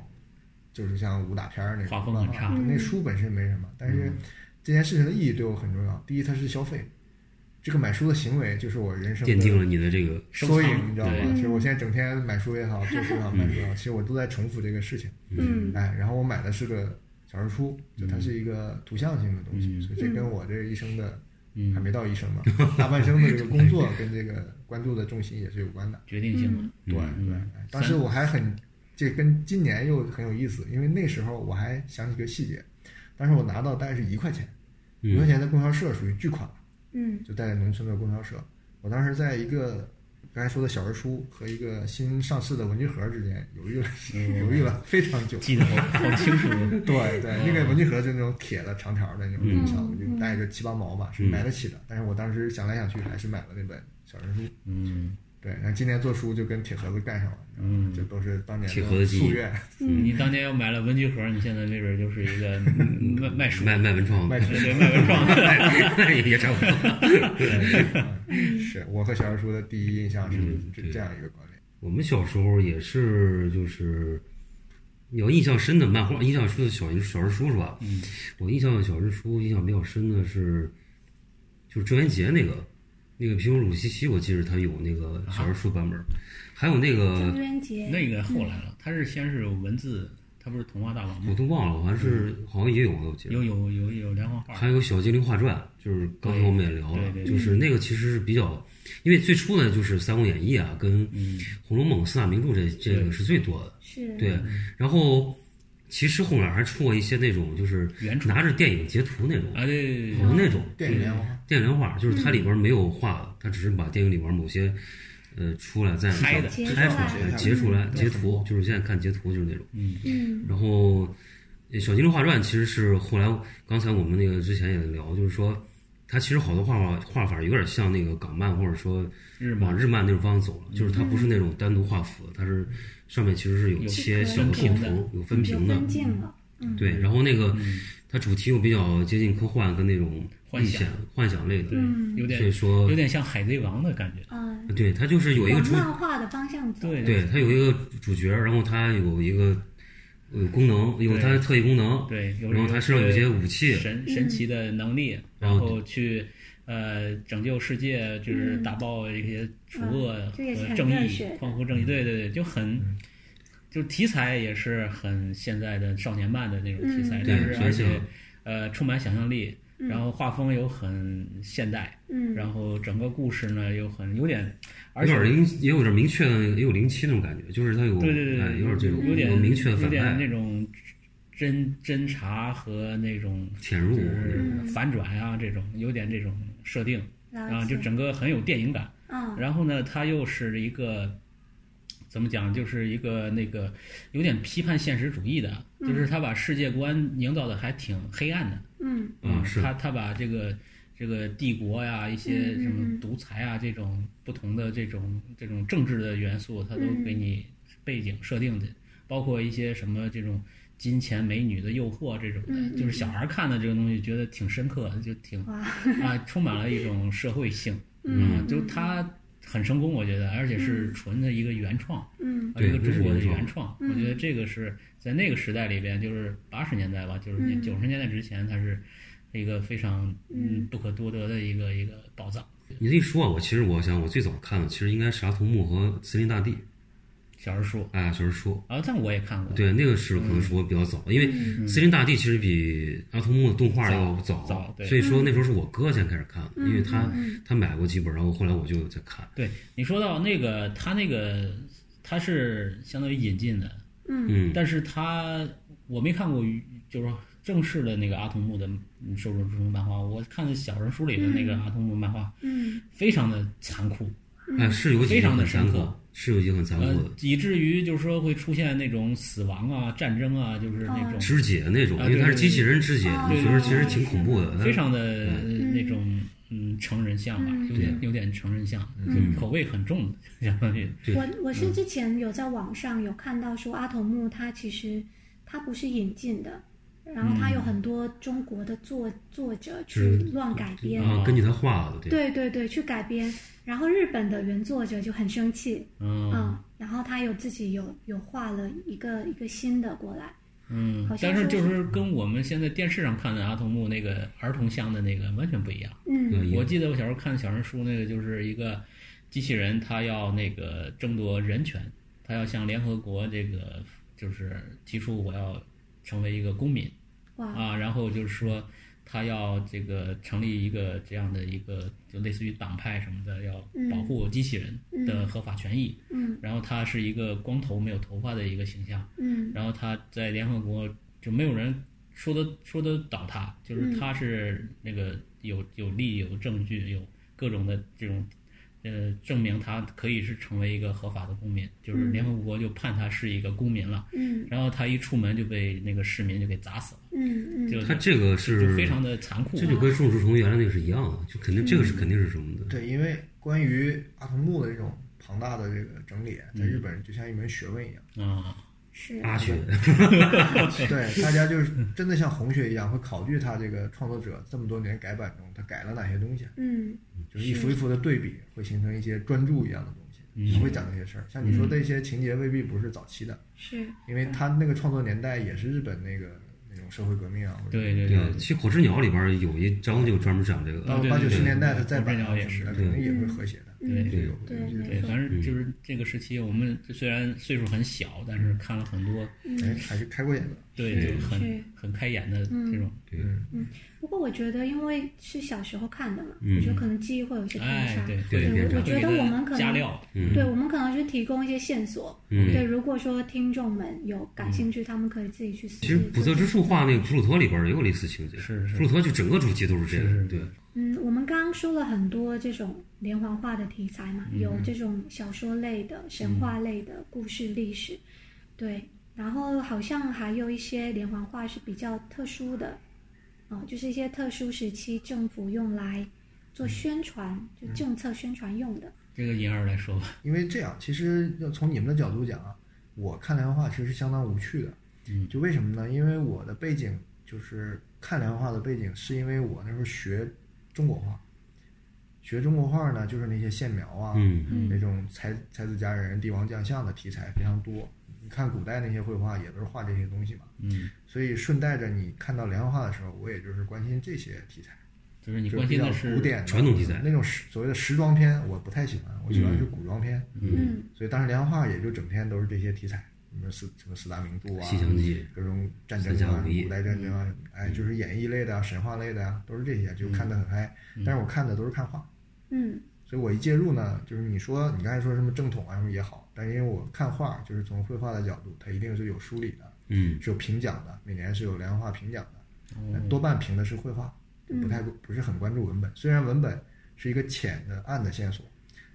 S3: 就是像武打片儿那种
S1: 画风很差
S3: 漫画那书本身没什么，但是这件事情的意义对我很重要。第一，它是消费，这个买书的行为就是我人生的
S4: 奠定了你的这个
S3: 缩影，你知道吗？
S1: 对
S3: 其实我现在整天买书也好，做书也好，买书也好，其实我都在重复这个事情。
S2: 嗯
S3: 哎，然后我买的是个小人书，就它是一个图像性的东西，所以这跟我这一生的、
S1: 嗯
S3: 还没到一生嘛， 大半生的这个工作跟这个关注的重心也是有关的。
S1: 决定性嗯了。
S3: 对对，哎当时我还很，这跟今年又很有意思，因为那时候我还想起个细节，当时我拿到大概是一块钱，一块钱的供销社属于巨款，
S2: 嗯
S3: 就在农村的供销社。我当时在一个刚才说的小人书和一个新上市的文具盒之间犹豫了， 犹豫了非常久。
S1: 记得好好清楚，
S3: 对对，那个文具盒就那种铁的长条的那种
S4: 嗯
S3: 小文具，大概就七八毛吧，是买得起的。但是我当时想来想去，还是买了那本小人书。
S1: 嗯，
S3: 对，然后今年做书就跟铁盒子干上了，嗯，这都是当年
S4: 铁盒子记忆
S3: 夙愿，
S4: 嗯
S1: 你当年要买了文具盒，你现在没准就是一 个卖卖书，
S4: 卖卖文创，
S3: 卖
S1: 对卖文创的。
S4: 也差不多。
S3: 对， 是我和小人书的第一印象是
S4: 嗯
S3: 这这样一个关联。
S4: 我们小时候也是，就是有印象深的漫画，印象深的小人小人书是吧？嗯，我印象小人书印象比较深的是，就是郑渊洁那个那个《平庸鲁西西》，我记得他有那个
S1: 啊
S4: 小人书版本，还有那个
S2: 郑渊洁
S1: 嗯那个后来了，他是先是有文字，他不是童话大王
S4: 我
S1: 吗？
S4: 都忘了，好像是好像也有，我记
S1: 嗯
S4: 得
S1: 有有有有连环画，
S4: 还有《小精灵画传》，就是刚才我们也聊了，
S1: 对对对
S4: 就是那个其实是比较，因为最初呢就是《三国演义》啊，跟
S1: 嗯
S4: 《红楼梦》四大名著这这个是最多的，
S2: 是
S4: 对。然后其实后面还出过一些那种就是
S1: 原创
S4: 拿着电影截图那种，
S1: 啊，对对对
S4: 有那种嗯
S3: 电影连环画
S4: 电影连画，就是它里边没有画的，它只是把电影里边某些呃出来再
S1: 拍的
S2: 截
S4: 拍
S2: 出
S4: 出
S2: 来
S4: 来
S3: 嗯
S4: 截出来
S3: 嗯
S4: 截图，就是现在看截图就是那种。
S2: 嗯
S4: 然后，呃小精灵画传其实是后来刚才我们那个之前也聊，就是说，它其实好多画法画法有点像那个港漫，或者说
S1: 日漫
S4: 往日漫那种方向走了，就是它不是那种
S2: 嗯
S4: 单独画幅，它是上面其实是有
S1: 有
S4: 切
S2: 分
S4: 小的构
S1: 屏的
S4: 图，有分
S2: 有
S4: 屏的，
S2: 分镜了，嗯
S4: 对。然后那个它主题又比较接近科幻跟那种
S1: 幻
S4: 历
S1: 想
S4: 险幻想类的，
S2: 嗯
S1: 对，有点
S4: 所以说呃
S1: 有点像海贼王的感觉，
S2: 啊，
S4: 对它就是有一个
S2: 往
S4: 主
S2: 漫画的方向走，
S1: 对
S4: 对它有一个主角，然后它有一个呃功能，有它的特异功能，
S1: 对，有
S4: 然后它身上有些武器，嗯
S1: 神神奇的能力，然后去呃拯救世界，就是打爆一些除恶
S2: 嗯嗯这也是
S1: 和
S2: 很
S1: 正
S2: 热
S1: 义
S2: 血的，
S1: 匡扶正义，对对对，就很。
S4: 嗯
S1: 就题材也是很现在的少年漫的那种题材，
S4: 嗯
S1: 但是
S4: 对
S1: 而
S4: 是
S1: 且
S4: 的
S1: 呃充满想象力，然后画风又很现代，
S2: 嗯
S1: 然后整个故事呢又很有点，而
S4: 有
S1: 且
S4: 点灵，也有点明确的，也有灵气那种感觉，就是它有
S1: 对对对，
S4: 哎，有点这种
S1: 有点
S4: 明确的
S1: 有
S4: 反
S1: 点那
S4: 派
S1: 种侦侦查和那种
S4: 潜入
S1: 就，是反转啊这种，有点这种设定，
S2: 嗯了
S1: 啊，
S2: 解
S1: 就整个很有电影感。
S2: 啊
S1: 然后呢，它又是一个怎么讲，就是一个那个有点批判现实主义的，就是他把世界观营造的还挺黑暗的。
S2: 嗯
S4: 嗯是
S1: 啊他他把这个这个帝国呀，一些什么独裁啊，这种不同的这种这种政治的元素，他都给你背景设定的，包括一些什么这种金钱美女的诱惑这种的，就是小孩看的这个东西，觉得挺深刻，就挺啊，充满了一种社会性，
S4: 啊
S1: 嗯，就他很成功，我觉得，而且是纯的一个原创，
S2: 嗯
S1: 啊一个
S4: 对这是
S1: 中国的
S4: 原创
S1: 原创，我觉得这个是在那个时代里边，就是八十年代吧，就是九十年代之前，它是一个非常嗯不可多得的一个一个宝藏。
S4: 你这一说啊，我其实我想，我最早看的其实应该是《沙土木》和《森林大地》
S1: 小人书
S4: 啊，小人书。
S1: 啊，但我也看过，
S4: 对，那个是可能是我比较早，
S1: 嗯
S4: 因为《森林大地》其实比《阿童木》的动画要
S1: 早早对
S4: 所以说那时候是我哥先开始看，因为他他买过几本，然后后来我就在看。
S1: 对你说到那个，他那个他是相当于引进的，
S4: 嗯，
S1: 但是他我没看过，就是说正式的那个阿童木的嗯手冢治虫漫画，我看的小人书里的那个阿童木漫画，
S2: 嗯
S1: 非常的残酷，
S4: 哎，是有几
S1: 嗯非
S4: 集
S1: 常地
S4: 很残
S1: 深
S4: 酷
S1: 刻，
S4: 是有几集很残酷
S1: 呃
S4: 的，
S1: 以至于就是说会出现那种死亡啊、战争啊，就是那种
S4: 肢解那种，
S1: 啊
S4: 因为
S1: 对
S4: 它是
S1: 对
S4: 机
S1: 对
S4: 器人肢解，
S1: 对
S4: 就是其实挺恐怖的，
S1: 非常的呃那种嗯成人像吧，有点有点成人像，就口味很重的相当于。
S4: 对嗯
S2: 我我是之前有在网上有看到说阿童木他其实他不是引进的，然后他
S4: 嗯
S2: 有很多中国的作作者去乱改编，
S4: 啊，根据他画的，对，
S2: 对对对，去改编。然后日本的原作者就很生气，
S1: 嗯
S4: 啊
S2: 嗯，然后他有自己有有画了一个一个新的过来，
S1: 嗯
S2: 好，像
S1: 但是
S2: 说
S1: 就是跟我们现在电视上看的阿童木那个儿童像的那个完全不一样。
S2: 嗯
S4: 嗯
S1: 我记得我小时候看小人书，那个就是一个机器人，他要那个争夺人权，他要向联合国这个就是提出我要成为一个公民
S2: 哇，
S1: 啊，然后就是说他要这个成立一个这样的一个就类似于党派什么的，要保护机器人的合法权益。
S2: 嗯
S1: 然后他是一个光头没有头发的一个形象。
S2: 嗯
S1: 然后他在联合国就没有人说得说得倒他，
S2: 嗯
S1: 就是他是那个有有利有证据有各种的这种呃证明他可以是成为一个合法的公民，就是联合国就判他是一个公民了。
S2: 嗯
S1: 然后他一出门就被那个市民就给砸死了，
S2: 嗯嗯，
S1: 就
S4: 他这个是
S1: 就非常的残酷。
S4: 嗯
S1: 啊
S4: 这就跟《宋树虫》原来那个是一样的，就肯定这个是肯定是什么的，
S3: 对，因为关于阿童木的这种庞大的这个整理，啊在
S4: 嗯
S3: 日本就像一门学问一样。
S1: 啊，
S2: 是，
S4: 八血，
S3: 对，大家就是真的像红学一样，会考虑他这个创作者这么多年改版中，他改了哪些东西，啊
S2: 嗯
S3: 就是一幅一幅的对比，会形成一些专著一样的东
S1: 嗯
S3: 西，他会讲这些事儿。像你说的一些情节，未必不是早期的，
S2: 是，
S3: 因为他那个创作年代也是日本那个那种社会革命啊，或者
S1: 对对
S4: 对，其实《火之鸟》里边有一章就专门讲这个，
S3: 到
S1: 对
S3: 八九十
S1: 对
S3: 年代他
S1: 对
S3: 再
S1: 对
S3: 版
S1: 对
S3: 啊
S1: 对
S3: 什么的，
S4: 对
S3: 肯定也会和谐的。
S1: 嗯
S2: 嗯
S1: 对
S3: 这个有
S2: 对
S3: 有
S2: 没
S1: 对，
S2: 错
S1: 反，正就是这个时期，我们虽然岁数很小，但是看了很多，
S3: 哎，
S2: 嗯
S3: 还是开过眼的。嗯
S1: 对，就是
S2: 是
S1: 很很开眼的
S2: 嗯
S1: 这种，
S4: 对，
S2: 不过我觉得因为是小时候看的嘛，
S4: 嗯
S2: 我觉得可能记忆会有一些偏
S1: 哎
S2: 差，，
S1: 对
S4: 对
S1: 对
S4: 偏
S2: 我
S4: 差
S2: 我
S1: 会
S2: 觉
S1: 给
S2: 得
S1: 它
S2: 我们可
S1: 加
S2: 能
S1: 料，
S2: 对，我们可能去提供一些线索。
S4: 嗯
S2: 对，如果说听众们有感兴趣，他们可以自己去搜。
S4: 其实普泽之树画那个普鲁托里边也有类似情节，
S1: 是是
S4: 普鲁托就整个主题都是这
S1: 是是
S4: 个，对，
S2: 嗯，我们刚刚说了很多这种连环画的题材嘛，有这种小说类的、神话类的、故事历史，对。然后好像还有一些连环画是比较特殊的，啊、就是一些特殊时期政府用来做宣传，就政策宣传用的。
S1: 这个银儿来说吧，
S3: 因为这样，其实要从你们的角度讲啊，我看连环画其实是相当无趣的。
S1: 嗯
S3: 就为什么呢？因为我的背景就是看连环画的背景，是因为我那时候学中国画，学中国画呢，就是那些线描啊，
S4: 嗯
S2: 嗯
S3: 那种才才子佳人、帝王将相的题材非常多。你看古代那些绘画也都是画这些东西嘛，
S1: 嗯，
S3: 所以顺带着你看到连环画的时候，我也就是关心这些题材。
S1: 就是你
S3: 就
S1: 关
S3: 比
S1: 心
S3: 较
S1: 的是
S3: 古典的
S4: 传统题材
S3: 那种时所谓的时装片，我不太喜欢，我喜欢是古装片。
S2: 嗯
S3: 所以当时连环画也就整天都是这些题材，什么四什么四大名著啊，
S4: 西厢记
S3: 各种战争
S4: 三
S3: 啊
S4: 侠五义，
S3: 古代战争
S4: 嗯
S3: 啊，哎，就是演义类的啊、神话类的啊，都是这些，就看得很嗨。
S4: 嗯
S3: 但是我看的都是看画，
S2: 嗯
S3: 所以我一介入呢，就是你说你刚才说什么正统啊什么也好，但是因为我看画就是从绘画的角度，它一定是有梳理的，
S4: 嗯，
S3: 是有评奖的，每年是有连环画评奖的，那多半评的是绘画，就不太不是很关注文本。虽然文本是一个浅的暗的线索，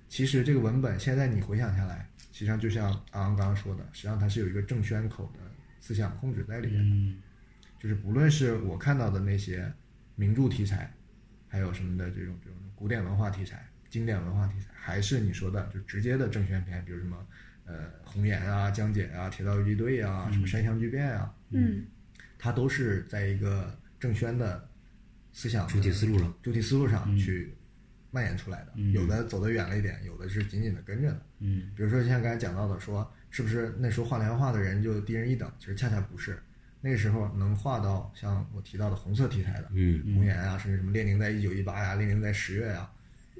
S3: 其实这个文本现在你回想下来，实际上就像阿昂刚刚说的，实际上它是有一个正宣口的思想控制在里面的。
S1: 嗯
S3: 就是不论是我看到的那些名著题材，还有什么的这种这种古典文化题材、经典文化题材，还是你说的就直接的正宣片，比如什么呃《红岩》啊、《江姐》啊、《铁道游击队》啊、什么《山乡巨变》啊，
S2: 嗯
S3: 它都是在一个郑轩的思想
S4: 主体思路上，嗯
S3: 主体思路上去蔓延出来的。
S1: 嗯
S3: 有的走得远了一点，有的是紧紧的跟着的。
S1: 嗯
S3: 比如说像刚才讲到的说，是不是那时候画连环画的人就低人一等？其实恰恰不是。那时候能画到像我提到的红色题材的，
S4: 嗯，
S3: 红岩啊，甚至什么列宁在一九一八呀，列宁在十月呀、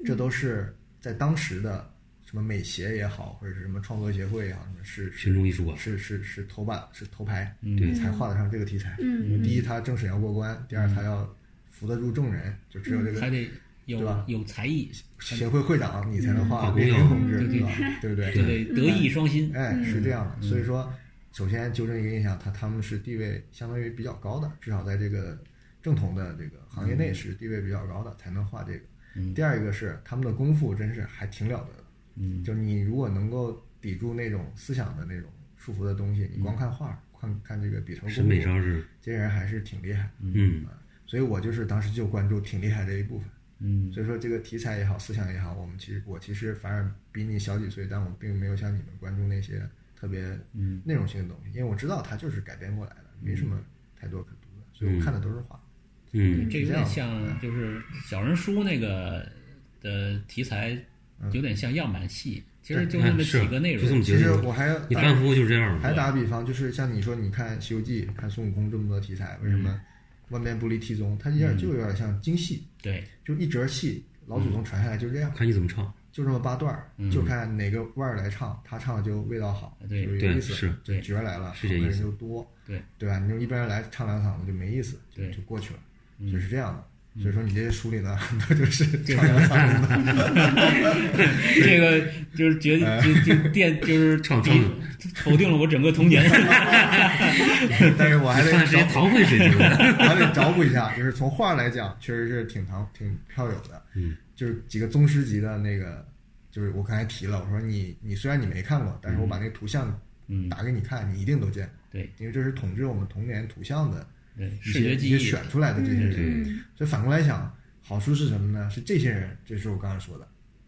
S3: 这都是在当时的什么美协也好，或者是什么创作协会也好，什么是
S4: 群
S3: 是
S4: 众艺术馆，
S3: 是是是头版是头牌，
S4: 对
S3: 才画得上这个题材。
S2: 嗯
S3: 第一，他政审要过关；第二，他要扶得住众人，就只有这
S1: 还得
S3: 个对
S1: 有
S3: 吧
S1: 有才艺，
S3: 协会会长你才能画
S4: 嗯
S3: 列宁同
S4: 嗯
S3: 志，
S1: 对
S3: 对吧？对不对？
S1: 对对，德艺双馨，
S3: 哎，是这样的。
S4: 嗯
S3: 所以说，首先纠正一个印象，他他们是地位相当于比较高的，至少在这个正统的这个行业
S4: 嗯
S3: 内是地位比较高的，才能画这个。第二一个是他们的功夫真是还挺了得的，
S1: 嗯
S3: 就你如果能够抵住那种思想的那种束缚的东西，你光看画，看看这个笔头
S4: 嗯审
S3: 功
S4: 美
S3: 夫，
S4: 上是，
S3: 这人还是挺厉害。
S4: 嗯
S3: 所以我就是当时就关注挺厉害这一部分。
S1: 嗯
S3: 所以说这个题材也好，思想也好，我们其实我其实反而比你小几岁，但我并没有像你们关注那
S4: 嗯
S3: 些特别内容性的东西，因为我知道它就是改编过来的，没什么太多可读的。所以我看的都是画。
S4: 嗯
S1: 这有点像就是小人书那个的题材，有点像样板戏，其实就那么几个内
S4: 就这么
S1: 容。
S3: 其
S4: 几个内
S3: 实
S4: 容
S3: 我还
S4: 一般夫就是这样
S3: 还
S4: 的，
S3: 打比方，就是像你说，你看《西游记》、看孙悟空这么多题材，为什么
S4: 嗯
S3: 万变不离其宗？它有点就有点像京戏，
S1: 对，
S3: 就一折戏，老祖宗传下来就这样，
S4: 看你怎么唱。
S3: 就这么八段儿，就看哪个腕儿来唱，他唱的就味道好，
S1: 对
S3: 就是有
S4: 嗯对
S3: 意思，
S4: 是
S3: 就角儿来了，
S4: 是
S3: 好
S4: 这
S3: 的
S4: 意
S3: 人
S4: 思
S3: 就多，
S1: 对
S3: 对吧？你就一般人来唱两嗓子就没意思，就
S1: 对
S3: 就过去了，
S4: 嗯
S3: 就是这样的。所以说你这些书里呢， 很多 就是唱两嗓子的，
S1: 这个就是决就就电就是
S4: 哎唱
S1: 定
S4: 唱
S1: 否定了我整个童年。
S3: 但是我还得
S4: 看谁
S3: 找
S4: 堂会水平的。
S3: 还得找补一下，就是从画来讲，确实是挺堂挺票友的。
S4: 嗯，
S3: 就是几个宗师级的那个，就是我刚才提了，我说你你虽然你没看过，但是我把那个图像
S1: 嗯，
S3: 打给你看，你一定都见过。
S1: 对，
S3: 因为这是统治我们童年图像的
S1: 对，
S3: 一
S1: 视
S3: 些
S1: 觉记
S3: 一些
S1: 忆，
S3: 选出来的这些人。
S4: 对
S2: 嗯
S3: 所以反过来想，好处是什么呢？是这些人，这是我刚才说的，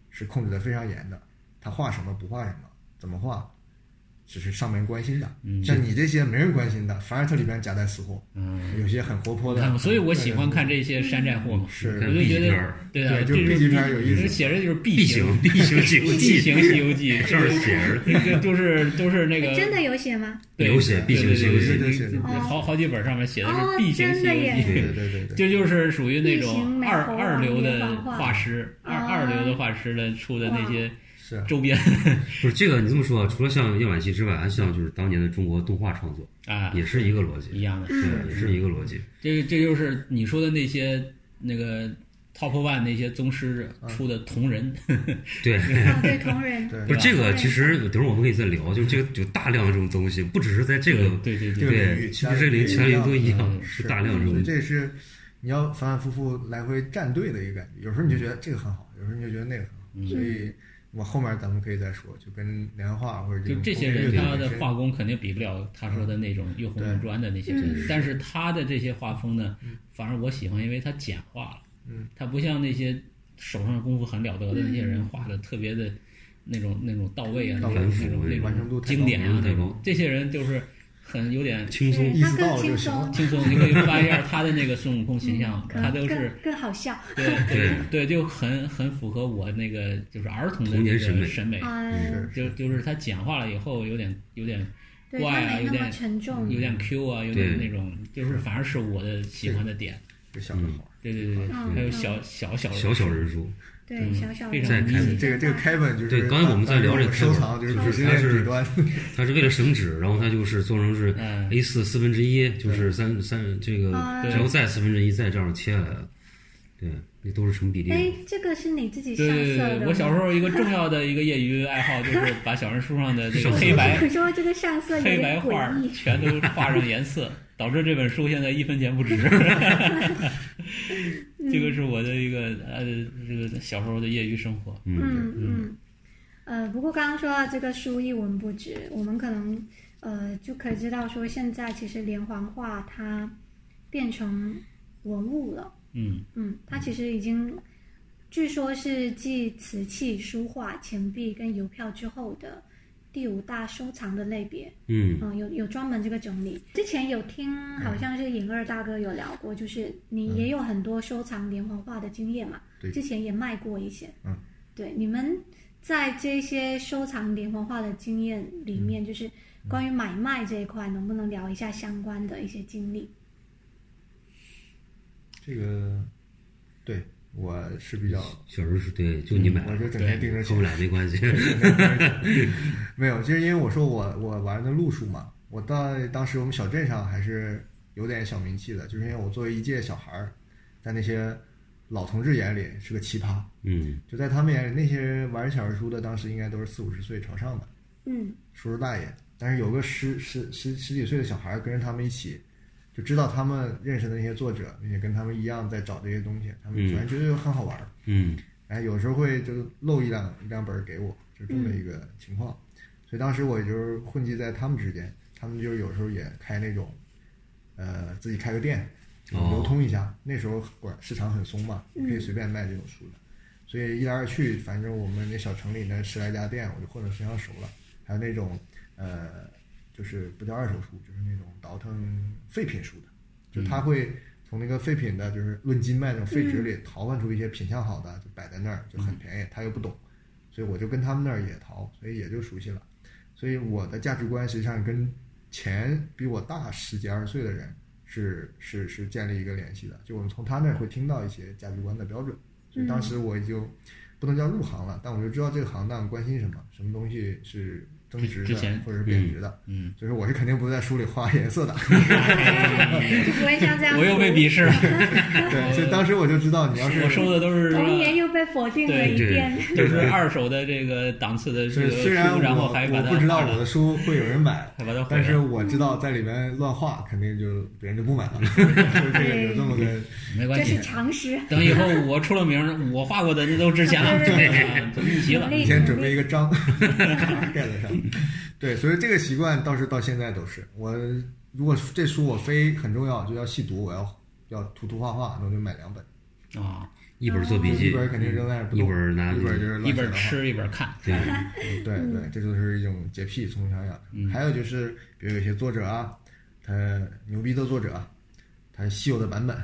S3: 是控制的非常严的，他画什么不画什么，怎么画，只是上面关心的。像你这些没人关心的，反而它里边夹带私货。
S1: 嗯，
S3: 有些很活泼
S1: 看
S3: 的，
S1: 所以我喜欢看这些山寨货嘛，
S3: 是
S1: 我就觉
S4: 看 B 级片
S1: 得
S4: 儿
S1: 对啊，
S3: 对就
S1: 这
S3: B 级片儿有意思
S1: 这写着就是 B
S4: B
S1: 型
S4: 型 B 型《西游
S1: B
S4: 记》
S1: 型《西游 记》，
S4: 这儿写着
S1: 这个就是都是那个
S2: 哎真的有写吗？
S1: 对
S4: 有写
S1: 对
S4: B 型
S1: 对
S4: 西游记
S1: 对对
S3: 对
S1: 对
S2: 对
S3: 对
S1: 好好几本上面写的
S2: 哦
S1: 是 B 型《西
S2: 真的
S1: 游
S2: 耶
S1: 记
S3: 对对对对》，对，
S1: 这就是属于那种
S2: B 型
S1: 二
S2: 美猴王
S1: 二流的
S2: 原版画
S1: 画师，二
S2: 啊
S1: 二流的画师的出的那些
S3: 是啊
S1: 周边
S4: 不是这个，你这么说啊，除了像样板戏之外，还像就是当年的中国动画创作，
S1: 啊
S4: 也是一个逻
S1: 一
S4: 辑，
S1: 样的。
S3: 嗯
S4: 对，也是一个逻辑。
S1: 这这就是你说的那些那个 Top One 那些宗师
S3: 嗯
S1: 出的同人，
S4: 对，
S2: 啊，对，同人，
S3: 对
S4: 不是这个，其实等会儿我们可以再聊，就是这个有大量的这种东西，不只是在这个
S1: 对对
S3: 这
S1: 对
S3: 个领
S4: 对，
S3: 域嗯
S4: 其实这领域全领域都一样，
S3: 是
S4: 大量这
S3: 所以
S4: 种。
S3: 这是你要反反复复来回站队的一个感觉。有时候你就觉得这个很好，有时候你就觉得那个很
S1: 嗯
S3: 好，所以我后面咱们可以再说，就跟连画或者
S1: 就
S3: 种
S1: 这些
S3: 公
S1: 人
S3: 益
S1: 他
S3: 乐队
S1: 的
S3: 本身
S1: 画工肯定比不了他说的那种
S3: 嗯
S1: 又红又专的那些人，但是他的这些画风呢，反而我喜欢，因为他简化了，
S3: 嗯，
S1: 他不像那些手上功夫很了得的那些人画的特别的。那种那种到位啊，那
S3: 到
S1: 种
S3: 位
S1: 那种那
S3: 完成
S1: 种
S3: 度太高
S1: 经典啊
S4: 完成度，
S1: 那
S4: 太高
S3: 嗯
S1: 种这些人就是很有点
S4: 轻松
S2: 对
S3: 意
S2: 它
S3: 识
S2: 更
S3: 到了
S2: 轻
S3: 就行了
S2: 松，嗯
S1: 轻松，你可以翻一下他的那个孙悟空形象，
S2: 可
S1: 他
S2: 能
S1: 都是
S2: 更更好笑
S1: 对
S4: 对
S1: 对，就很很符合我那个就是儿童的
S4: 嗯童
S1: 那
S4: 年
S1: 个
S4: 审美
S1: 审美，
S2: 啊，
S3: 是
S1: 就就是他简化了以后有点有点
S2: 对，
S1: 怪
S2: 它
S1: 啊，有
S2: 没那么
S1: 点
S2: 沉重，
S1: 有点 Q 啊，有点
S4: 嗯对
S1: 那种，就是反而是我的喜欢的点。
S3: 这想的好。
S1: 对对对，对
S2: 嗯
S1: 还有小小小
S4: 小小人书，
S2: 对小小
S1: 非常
S2: 人
S4: 在开
S2: 物，
S3: 这个这个开本就是
S4: 嗯哎对刚才我们在聊这个开
S3: 收
S4: 本
S3: 藏就是
S4: 就
S3: 鄙
S4: 是
S3: 视
S4: 它
S3: 链
S4: 是
S3: 底 端，
S4: 它是为了省纸，然后它就是做成是
S1: 嗯
S4: A 四四分之一，就是三三这个，
S2: 啊
S4: 然后再四分之一，再这样切下来，对，那都是成比例
S2: 哎
S4: 的。，
S2: 这个是你自己上
S1: 对对对
S2: 色的
S1: 对，
S2: 吗。
S1: 我小时候一个重要的一个业余爱好就是 把小人书上的这个
S4: 上色
S1: 黑白
S2: 可是我这个上色有
S1: 黑白
S2: 点
S1: 画儿
S2: 诡异，
S1: 全都画上颜色，导致这本书现在一分钱不 值。这个是我的一个呃，这个小时候的业余生活。
S2: 嗯嗯，呃，不过刚刚说到这个书一文不值，我们可能呃就可以知道说，现在其实连环画它变成文物了，
S1: 嗯，
S2: 嗯，它其实已经据说是继瓷器、书画、钱币跟邮票之后的第五大收藏的类别，
S4: 嗯，
S2: 嗯，有有专门这个整理。之前有听，好像是尹二大哥有聊过，就是你也有很多收藏连环画的经验嘛，
S3: 对
S2: 之前也卖过一些，
S3: 嗯，
S2: 对，你们在这些收藏连环画的经验里面，就是关于买卖这一块，能不能聊一下相关的一些经历？
S3: 这个对我是比较，
S4: 小人书对，就你买
S3: 嗯我
S4: 了，
S3: 就整天盯着
S4: 和我
S3: 写
S4: 们。俩 没关系。
S3: 没有，就是因为我说我我玩的路数嘛，我到当时我们小镇上还是有点小名气的，就是因为我作为一届小孩儿，在那些老同志眼里是个奇葩，
S4: 嗯，
S3: 就在他们眼里，那些玩小人书的当时应该都是四五十岁朝上的
S2: 嗯，
S3: 叔叔大爷，但是有个十十十十几岁的小孩儿跟着他们一起，就知道他们认识的那些作者，并且跟他们一样在找这些东西，他们
S4: 嗯
S3: 反正觉得很好玩儿。
S4: 嗯，
S3: 然哎后有时候会就漏一两一两本儿给我，就这么一个情况。所以当时我就是混迹在他们之间，他们就是有时候也开那种，呃，自己开个店，就
S4: 哦
S3: 流通一下。那时候管市场很松嘛，你可以随便卖这种书的。所以一来二去，反正我们那小城里那十来家店，我就混得非常熟了。还有那种呃，就是不叫二手书，就是那种倒腾废品书的，就他会从那个废品的，就是论斤卖那种废纸里淘换出一些品相好的，就摆在那儿就很便宜，他又不懂，所以我就跟他们那儿也淘，所以也就熟悉了。所以我的价值观实际上跟前比我大十几二十岁的人是是是建立一个联系的，就我们从他那儿会听到一些价值观的标准。所以当时我已经不能叫入行了，但我就知道这个行当关心什么，什么东西是增值
S1: 之前
S3: 的或者是贬值的。
S1: 嗯，
S3: 所以说我是肯定不会在书里画颜色的。
S2: 就不会像这样。
S1: 我又被鄙视了。
S3: 对，所以当时我就知道你要是
S1: 我收的都是
S2: 童年又被否定了一
S4: 对
S2: 遍。
S1: 就是二手的这个档次的这
S3: 是
S1: 个
S3: 虽然
S1: 书，然后
S3: 我
S1: 还把
S3: 我
S1: 它
S3: 不知道
S1: 画了
S3: 我的书会有人买
S1: 还把它毁了，
S3: 但是我知道在里面乱画，肯定就别人就不买 了。就是这个有这么个
S1: 没关
S2: 这
S1: 系啊
S2: 是。常识。
S1: 等以后我出了名儿，我画过的那都值钱了，
S2: 对
S1: 啊 都逆袭了。
S2: 努力
S3: 你先准备一个章 盖在上。对，所以这个习惯倒是到现在都是。我如果这书我非很重要，就要细读，我要要涂涂画画，那我就买两本，
S1: 啊，
S4: 一本做笔记，
S3: 一本肯定扔在那儿不
S4: 一
S3: 动，
S4: 本儿拿
S3: 一本就是乱
S1: 一
S3: 写
S1: 本
S3: 的话
S1: 吃一本看，
S4: 对，嗯
S3: 嗯对对，这就是一种洁癖，从小养成。还有就是，比如有些作者啊，他牛逼的作者啊，他稀有的版本，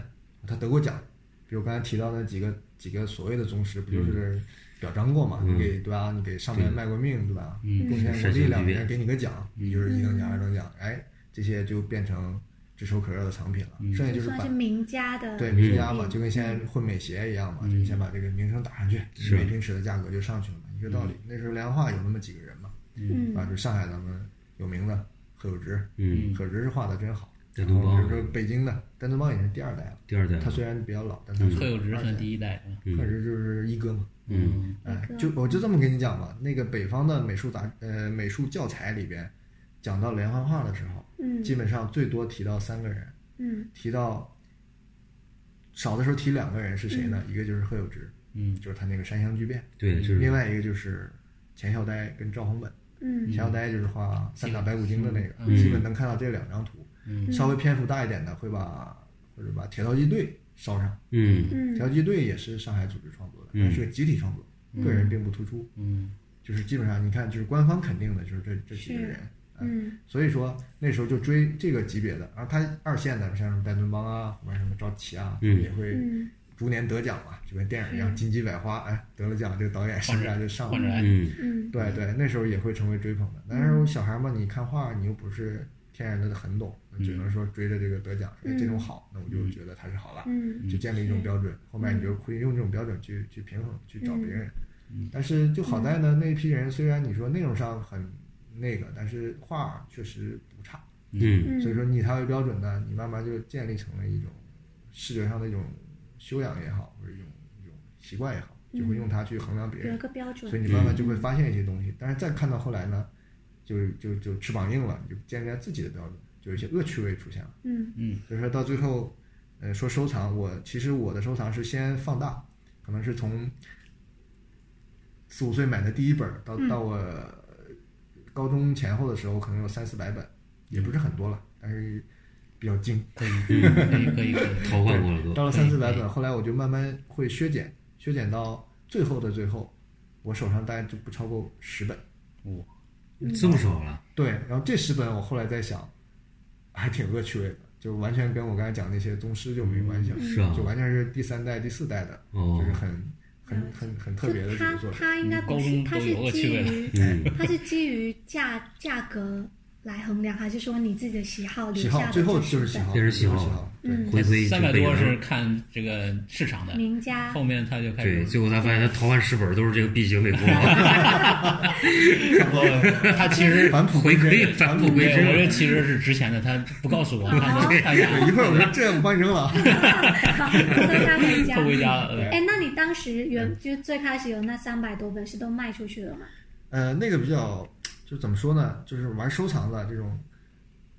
S3: 他得过奖。比如刚才提到那几个几个所谓的宗师，不就是表彰过嘛？
S4: 嗯
S3: 你给对吧？你给上面卖过命对吧？
S1: 嗯
S3: 贡献国
S4: 善
S3: 力
S4: 行
S3: 两
S4: 即
S3: 年，给你个奖，你就是一等奖、二等奖，哎，这些就变成炙手可热的藏品了。剩下
S2: 就
S3: 就是
S2: 算
S3: 版
S2: 是名家的
S3: 对
S2: 作
S3: 名家
S4: 嗯
S3: 嘛，
S2: 品
S3: 就跟现在混美鞋一样嘛，就先把这个名声打上去，
S4: 是嗯
S3: 每平尺的价格就上去了嘛，一个道理。那时候莲花有那么几个人嘛，
S2: 嗯
S3: 啊，就上海咱们有名的何有植，
S4: 嗯，
S3: 何有植是画的真好。
S4: 戴东
S3: 然后比如
S4: 邦
S3: 说北京的丹东邦也是第二代了，
S4: 第二代
S3: 他虽然比较老，但
S4: 嗯
S3: 他是
S1: 贺有植
S3: 二代
S1: 算第一代。嗯
S3: 何有植就是一哥嘛。
S1: 嗯
S3: 哎
S2: 一，哥
S3: 就我就这么跟你讲吧，那个北方的美术杂呃美术教材里边讲到连环画的时候，
S2: 嗯
S3: 基本上最多提到三个人，
S2: 嗯
S3: 提到少的时候提两个人是谁呢？一个就是贺有植，
S1: 嗯
S3: 就是他那个山乡巨变，
S4: 对，这是
S3: 另外一个就是钱孝呆跟赵宏本。
S2: 嗯
S3: 钱孝呆就是画三打白骨精的那个，
S1: 嗯
S3: 基本能看到这两张图。
S1: 嗯
S3: 稍微篇幅大一点的会把或者把铁道机队捎上。
S4: 嗯
S3: 铁
S2: 嗯
S3: 道机队也是上海组织创作的，
S4: 嗯
S3: 但是个集体创作，个人并不突出。
S1: 嗯
S3: 就是基本上你看，就是官方肯定的就是这这几个人。
S2: 嗯
S3: 所以说那时候就追这个级别的，然后他二线的像什么戴敦邦啊，什么什么赵琦啊，
S4: 嗯
S3: 也会
S2: 嗯
S3: 逐年得奖嘛，就跟电影一样，金鸡百花，哎，得了奖，这个导演是不是啊就上
S1: 换着
S3: 了？
S1: 来。
S4: 嗯
S2: 嗯
S3: 对对，那时候也会成为追捧的。但是小孩嘛，你看画，你又不是天然的很懂，只能说追着这个得奖，说哎这种好，那我就觉得它是好了，
S2: 嗯
S3: 就建立一种标准。后面你就会用这种标准去去平衡，去找别人。但是就好在呢，那一批人虽然你说内容上很那个，但是画确实不差。
S4: 嗯
S2: 嗯，
S3: 所以说你以它为标准呢，你慢慢就建立成了一种视觉上的一种修养也好，或者一种一种习惯也好，就会用它去衡量别
S2: 有
S3: 人
S2: 一。个标
S3: 所以
S2: 准，
S3: 你慢慢就会发现一些东西。但是再看到后来呢，就就就翅膀硬了，你就建立在自己的标准，就有一些恶趣味出现了。
S2: 嗯
S3: 所以说到最后，呃，说收藏，我其实我的收藏是先放大，可能是从四五岁买的第一本儿到到我高中前后的时候，可能有三四百本，也不是很多了，但是比较精。
S1: 嗯可以可
S4: 嗯
S1: 以可 以可以，
S4: 淘换过了都，
S3: 到了三四百本，后来我就慢慢会削减，削减到最后的最后，我手上大概就不超过十本。
S4: 这么少了，
S3: 对，然后这十本我后来在想，还挺恶趣味的，就完全跟我刚才讲那些宗师就没关系了，
S4: 是啊
S3: 就完全是第三代、第四代的，
S4: 哦
S3: 就是很很很很特别的
S2: 就
S3: 几个
S2: 它
S3: 作者。
S2: 它应该不是，它是基于
S4: 嗯，
S2: 它是基于价价格来衡量，还是说你自己的喜好留
S3: 喜
S2: 下
S3: 好
S2: 的
S3: 最后
S2: 这
S3: 就是
S2: 十
S3: 喜
S2: 本
S3: 好，
S4: 变成
S3: 喜
S4: 喜好了
S3: 好。对，
S4: 回归
S1: 三百
S4: 就被
S1: 多
S4: 人
S1: 是看这个市场的，
S2: 名家
S1: 后面他就开
S4: 对，
S1: 始
S4: 最后他发现他淘换十本都是这个 B 型美工，
S1: 他其 实
S3: 返璞
S4: 回
S3: 归
S4: 归
S3: 真，
S4: 返璞
S1: 没
S4: 归
S1: 有，我这
S4: 真，
S1: 其实是值钱的，他不告诉我，
S2: 啊
S1: 他就看
S3: 对
S1: 啥，
S3: 一会儿我说这我帮你扔了啊，
S2: 偷偷带回家
S1: 偷。回家了。嗯
S2: 哎，那你当时
S3: 嗯
S2: 原就是最开始有那三百多本是都卖出去了吗？
S3: 呃，那个比较就怎么说呢，就是玩收藏的这种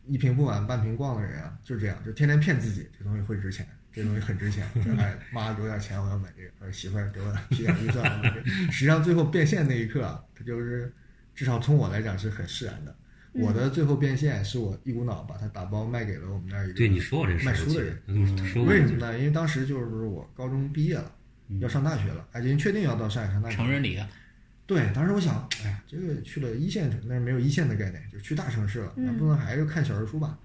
S3: 一瓶不满半瓶逛的人啊，就这样，就天天骗自己，这东西会值钱，这东西很值钱。就哎，妈给我点钱，我要买这个，哎，媳妇儿给我提点预算，我买这个。 实际上最后变现那一刻啊，它就是至少从我来讲是很释然的。我的最后变现是我一股脑把它打包卖给了我们那儿一个
S4: 对，你说我这事
S3: 卖
S4: 儿，
S3: 书的人。
S4: 他跟我说过
S3: 为什么呢？因为当
S4: 嗯
S3: 时就是我高中毕业了，要上大学了，哎，已经确定要到上海上大学了。
S1: 成人礼啊，
S3: 对，当时我想，哎呀，这个去了一线城，但是没有一线的概念，就去大城市了，那不能还是看小人书吧？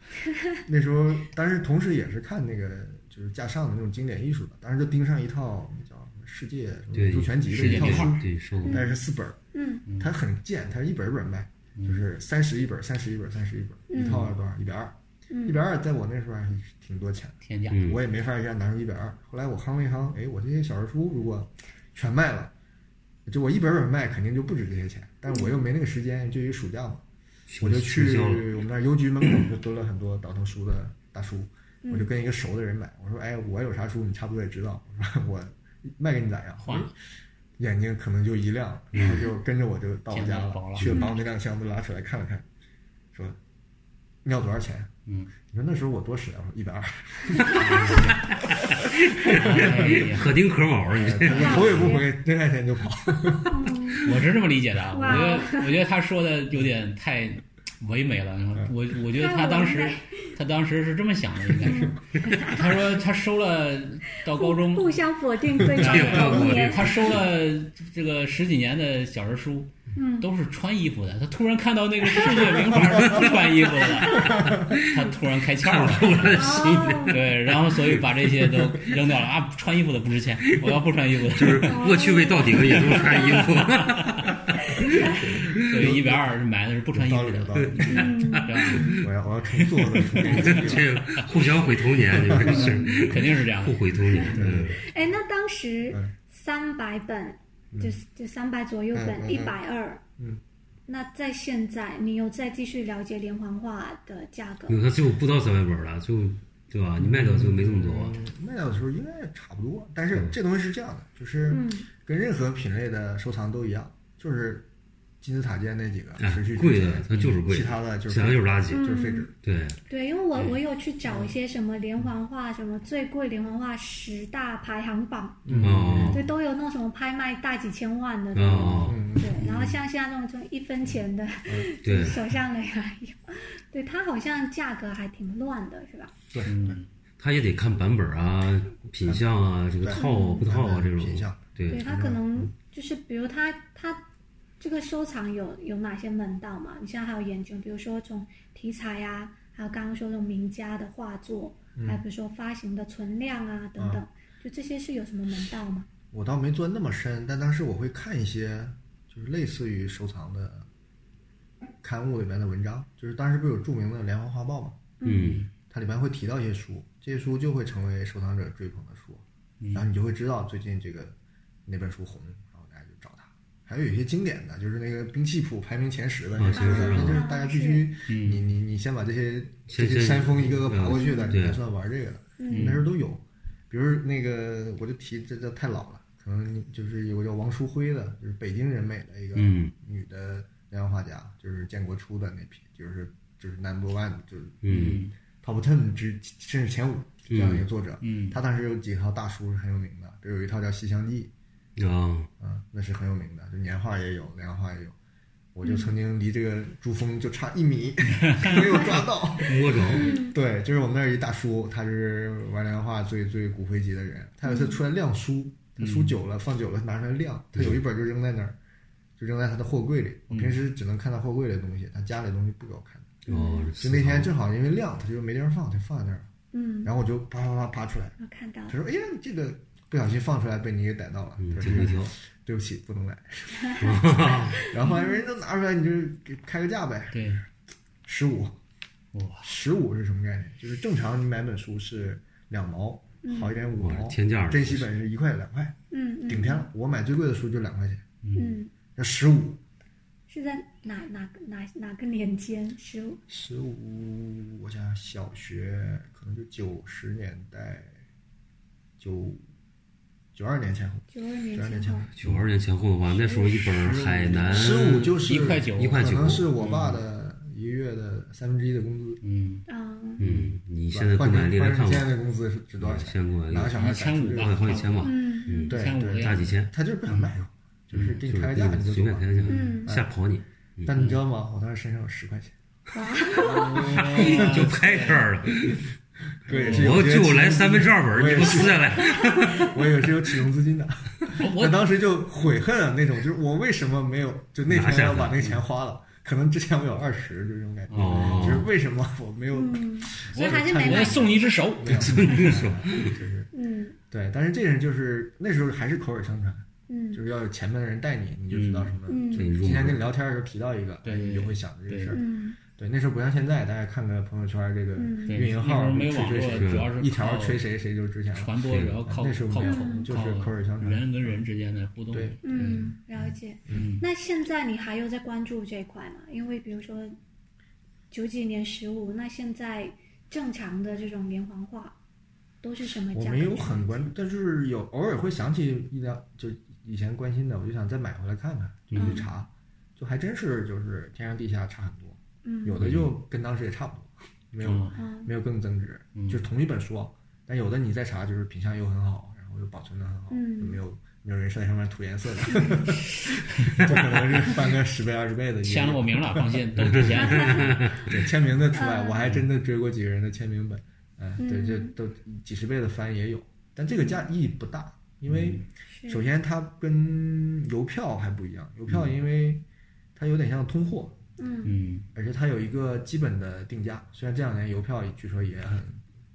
S3: 那时候，但是同时也是看那个就是架上的那种经典艺术的，当时就盯上一套叫什么世界什么
S4: 对
S3: 美术全集的
S1: 世界
S3: 一套
S1: 名
S3: 书
S1: 画，
S4: 对，收过。
S3: 但是四本儿，
S2: 嗯
S3: 它很贱，它是一本儿一本儿卖，就是三十一本儿，三十一本儿，三十一本儿，一套多少？一百二，一百二，在我那时候还是挺多钱的。
S1: 天价，
S4: 嗯
S3: 我也没法一下拿出一百二。后来我夯了一夯，哎，我这些小人书如果全卖了，就我一本本卖，肯定就不止这些钱。但是
S1: 嗯
S3: 我又没那个时间，就一暑假嘛，我就
S4: 取
S3: 去
S4: 消了。
S3: 我们那儿邮局门口就蹲了很多倒腾书的大叔，我
S1: 嗯
S3: 就跟一个熟的人买，我说，哎，我有啥书你差不多也知道，我说 我卖给你咋样？
S1: 换了
S3: 眼睛可能就一亮，然后就跟着我就到我
S1: 嗯
S3: 家
S1: 天哪饱了嗯
S3: 去把我那辆箱子拉出来看了看，说你要多少钱？
S1: 嗯，
S3: 你说那时候我多实在，我说一百二。
S1: 哎呀
S4: 可丁可卯了，你这
S3: 我头也不回，睁开眼就 跑。
S1: 我是这么理解的啊，我
S2: 哇
S1: 觉得我觉得他说的有点太唯美了，我我觉得他当时
S2: 太唯美
S1: 他当时是这么想的，应该是，他说他收了到高中，
S2: 互相否定对方
S1: 哎
S2: 的
S4: 我
S2: 童
S4: 这
S2: 年，
S1: 他收了这个十几年的小人书，
S2: 嗯
S1: 都是穿衣服的。他突然看到那个世界名画是不穿衣服的，他突然开窍
S4: 看不出
S1: 了。
S4: 来是
S2: 哦，
S1: 对，然后所以把这些都扔掉了啊！穿衣服的不值钱，我要不穿衣服的，
S4: 就是恶趣味到顶也都穿衣服。
S1: 所以一百二买的是不穿衣服的
S3: 有，道理有道
S1: 嗯对吧
S3: 我要我要重塑我的童年。
S4: 这个互相毁童年，你们 是
S1: 肯定是这样
S4: 互
S1: 的。
S4: 毁童年。嗯，
S2: 哎，那当时
S3: 嗯
S2: 三百本，就是就三百左右
S3: 嗯嗯
S2: 本，
S3: 嗯
S2: 一百二。
S3: 嗯。
S2: 那在现在，你有再继续了解连环画的价格？
S4: 你看最后不到三百本了，就对吧？你卖掉就没这么多。
S3: 卖掉的时候应该也差不多，但是这东西是这样的，就是
S2: 嗯
S3: 跟任何品类的收藏都一样，就是金字塔尖那几个
S4: 哎
S3: 持续，
S4: 贵的它就是贵，
S3: 其他的就是
S4: 其他就是垃圾。
S3: 就是废纸。
S4: 对，
S2: 对，因为我我有去找一些什么连环画，什么最贵连环画十大排行榜，
S4: 哦
S2: 对，都有那种什么拍卖大几千万的那种。
S4: 哦，
S3: 嗯，
S2: 对，然后像现在那种就一分钱的
S4: 对
S2: 手上的呀，对它好像价格还挺乱的，是吧？
S1: 嗯，
S4: 他也得看版本啊、品相啊、这个套不套啊这
S3: 嗯
S4: 种
S3: 品。相。
S2: 对
S4: 对，
S2: 他可能就是，比如他他这个收藏有有哪些门道嘛？你现在还有研究，比如说从题材啊，还有刚刚说的名家的画作，
S3: 嗯
S2: 还有比如说发行的存量啊等等，就这些是有什么门道吗？
S3: 我倒没钻那么深，但当时我会看一些就是类似于收藏的刊物里面的文章，就是当时不是有著名的《连环画报》嘛，
S4: 嗯，
S3: 它里面会提到一些书，这些书就会成为收藏者追捧的书，
S4: 嗯
S3: 然后你就会知道最近这个哪本书红，然后大家就找它。还有一些经典的，就是那个兵器谱排名前十的，
S4: 啊
S3: 那些
S4: 是
S3: 书
S4: 是
S3: 那
S4: 是
S3: 就是大家必须你你你先把这些这
S4: 先
S3: 些
S4: 先
S3: 山峰一个个爬过去的，
S4: 嗯
S3: 你才
S4: 对
S3: 算玩这个的。那时候都有，比如那个我就提这这太老了，可能就是有个叫王淑辉的，就是北京人美的一个
S4: 嗯
S3: 女的连环画家，就是建国初的那批，就是就是 number one，就是
S4: 嗯
S3: top ten 之甚至前五这样一个作者。
S1: 嗯嗯
S3: 他当时有几套大书是很有名的，比如有一套叫《西厢记
S4: 啊，》，
S3: 啊，那是很有名的，就年画也有，连环画也有。我就曾经离这个珠峰就差一米， 没有抓到。
S4: 摸着
S2: 嗯
S3: 对，就是我们那儿一大叔，他是玩连环画最最骨灰级的人。他有一次出来晾书，他书久了放久了拿出来晾，他有一本就扔在那儿，就扔在他的货柜里。我平时只能看他货柜里的东西，他家里的东西不给我看。
S4: 哦，
S3: 就那天正好因为晾，他就没地方放，就放在那儿了。
S2: 嗯，
S3: 然后我就啪啪啪爬出来，
S2: 我看到了
S3: 他，说：“哎呀，这个不小心放出来被你给逮到了。
S4: 嗯
S3: 他
S4: 这
S3: 说
S4: 一条
S3: 对不起，不 能来。然后后来人都拿出来，你就给开个价呗，
S1: 对，
S3: 十五。
S1: 哇，
S3: 十五是什么概念？就是正常你买本书是两毛，好一点五
S4: 哇
S3: 毛，
S4: 天价了
S3: 珍稀本是一块两块，
S2: 嗯嗯
S3: 顶天了。我买最贵的书就两块钱，
S2: 嗯，
S3: 那十五，
S2: 是在哪哪哪哪个年间？十五
S3: 十五，我想想，小学可能就九十年代，九九二年前后，
S2: 九二
S3: 九二
S2: 年
S3: 年
S2: 前
S3: 前
S2: 后
S3: 后，，
S4: 九二年前后的话，那时候一本海南
S3: 十五就是
S1: 一块九
S4: 嗯一块
S3: 可
S4: 九，
S3: 能是我爸的一个月的三分之一的工资。
S1: 嗯，
S2: 嗯
S4: 嗯，你现在购
S3: 换成
S4: 买
S3: 换
S4: 力来看
S3: 成
S4: 我
S3: 现，在的工资是值多少钱？
S4: 现在购买力
S3: 哪个小孩敢出
S1: 1500
S3: 这个
S1: 吧
S4: 好好几千吧，
S2: 嗯
S4: 嗯，
S3: 对
S1: 1500
S3: 对，
S4: 大几千，
S3: 他就是不想卖，就是给你开个价，
S4: 嗯就是
S3: 你就走
S4: 随便
S3: 吧哎
S4: 开个价，嗯
S2: 嗯
S4: 吓跑你，
S3: 但你知道吗？我当时身上有十块钱，哎
S4: 就拍这儿了。
S3: 哥也是有
S4: 我
S3: 些启
S4: 就
S3: 动
S4: 来
S3: 资
S4: 三分之二本，
S3: 我
S4: 你
S3: 也
S4: 给我撕
S3: 是，
S4: 下来。
S3: 我也是有启动资金的。
S1: 我
S3: 我当时就悔恨啊，那种就是我为什么没有就那
S4: 拿
S3: 天
S4: 下
S3: 要
S4: 它
S3: 把那个钱花了？可能之前我有二十，就这种感觉，
S4: 哦
S3: 就是为什么我没有？
S2: 嗯，所以
S1: 我
S2: 还是没买
S1: 我。送你一只手，
S3: 没 有就是
S2: 嗯
S3: 对，但是这人就是那时候还是口耳相传，就
S2: 嗯
S3: 是要有前面的人带你，你就知道什么。
S2: 嗯
S4: 对入
S3: 今
S4: 门
S3: 天跟你聊天的时候提到一个，
S1: 对
S3: 你就会想着这个事儿。
S2: 嗯
S3: 对，那时候不像现在，大家看个朋友圈，这个
S2: 嗯
S1: 对
S3: 运营
S1: 那时
S3: 号
S1: 候没
S3: 吹
S1: 网
S3: 吹
S1: 络，
S3: 谁，
S1: 主要是
S3: 一条
S1: 靠
S3: 吹谁谁就值钱了。
S1: 传播，主要靠
S3: 那时候
S1: 靠
S3: 没有
S1: 口，
S3: 就是口耳相传
S1: 人跟人之间的互动。
S3: 对
S2: 嗯，了解。
S1: 嗯，
S2: 那现在你还有在关注这一块吗？因为比如说九几年十五，那现在正常的这种连环画都是什么
S3: 我
S2: 价？
S3: 没有很关注，但是有偶尔会想起一两，就以前关心的，我就想再买回来看看，就
S2: 嗯
S3: 去查，就还真是就是天上地下差很多，
S2: 嗯
S3: 有的就跟当时也差不多，没有
S1: 嗯
S2: 嗯
S3: 没有更增值，
S1: 嗯
S3: 就是同一本书啊，但有的你再查就是品相又很好，然后又保存的很好，
S2: 嗯
S3: 就没有没有人在上面涂颜色 的，这可能是翻个十倍二十倍的，
S1: 签了我名了，放 心，都值钱。
S3: 对签名的除外，
S2: 嗯
S3: 我还真的追过几个人的签名本，嗯，对，
S2: 嗯
S3: 这都几十倍的翻也有，但这个价意义不大，因
S1: 嗯
S3: 为
S2: 是
S3: 首先它跟邮票还不一样，邮票因为它有点像通货，
S2: 嗯
S1: 嗯，
S3: 而且它有一个基本的定价，虽然这两年邮票据说也很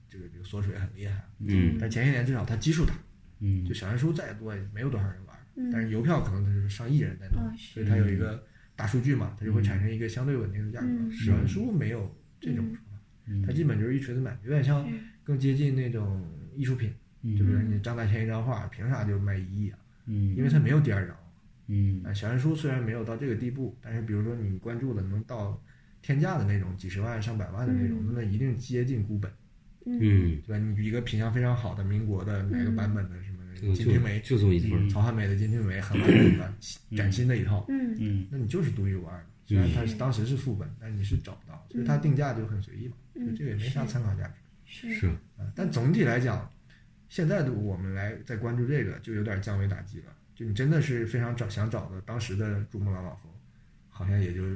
S3: 这个这个缩水很厉害，
S4: 嗯
S3: 但前些年至少它基数大，
S1: 嗯
S3: 就小人书再多也没有多少人玩，
S2: 嗯
S3: 但是邮票可能它就是上亿人在弄，
S2: 哦是
S3: 所以它有一个大数据嘛，它就会产生一个相对稳定的价格。
S2: 嗯
S3: 小人书没有这种说法，
S1: 嗯
S3: 它基本就是一锤子买，有点像
S2: 嗯
S3: 更接近那种艺术品，
S1: 嗯
S3: 就比如你张大千一张画，凭啥就卖一亿啊？因
S1: 嗯
S3: 为它没有第二张。
S1: 嗯
S3: 啊，小人书虽然没有到这个地步，但是比如说你关注的能到天价的那种，几十万上百万的那种，那一定接近孤本，
S4: 嗯，
S3: 对吧？你一个品相非常好的民国的哪个版本的什么
S4: 就
S3: 金瓶
S4: 就
S3: 梅，
S4: 就这么一份儿，
S3: 曹汉美的金瓶梅很完 整的崭新的一套，
S2: 嗯
S1: 嗯
S3: 那你就是独一无二的。虽然它是当时是副本，但你是找不
S2: 嗯
S3: 到，所以它定价就很随意嘛，就这个也没啥参考价值。
S2: 是
S4: 是
S3: 啊，但总体来讲，现在的我们来再关注这个，就有点降维打击了。就你真的是非常找想找的当时的珠穆朗玛峰，好像也就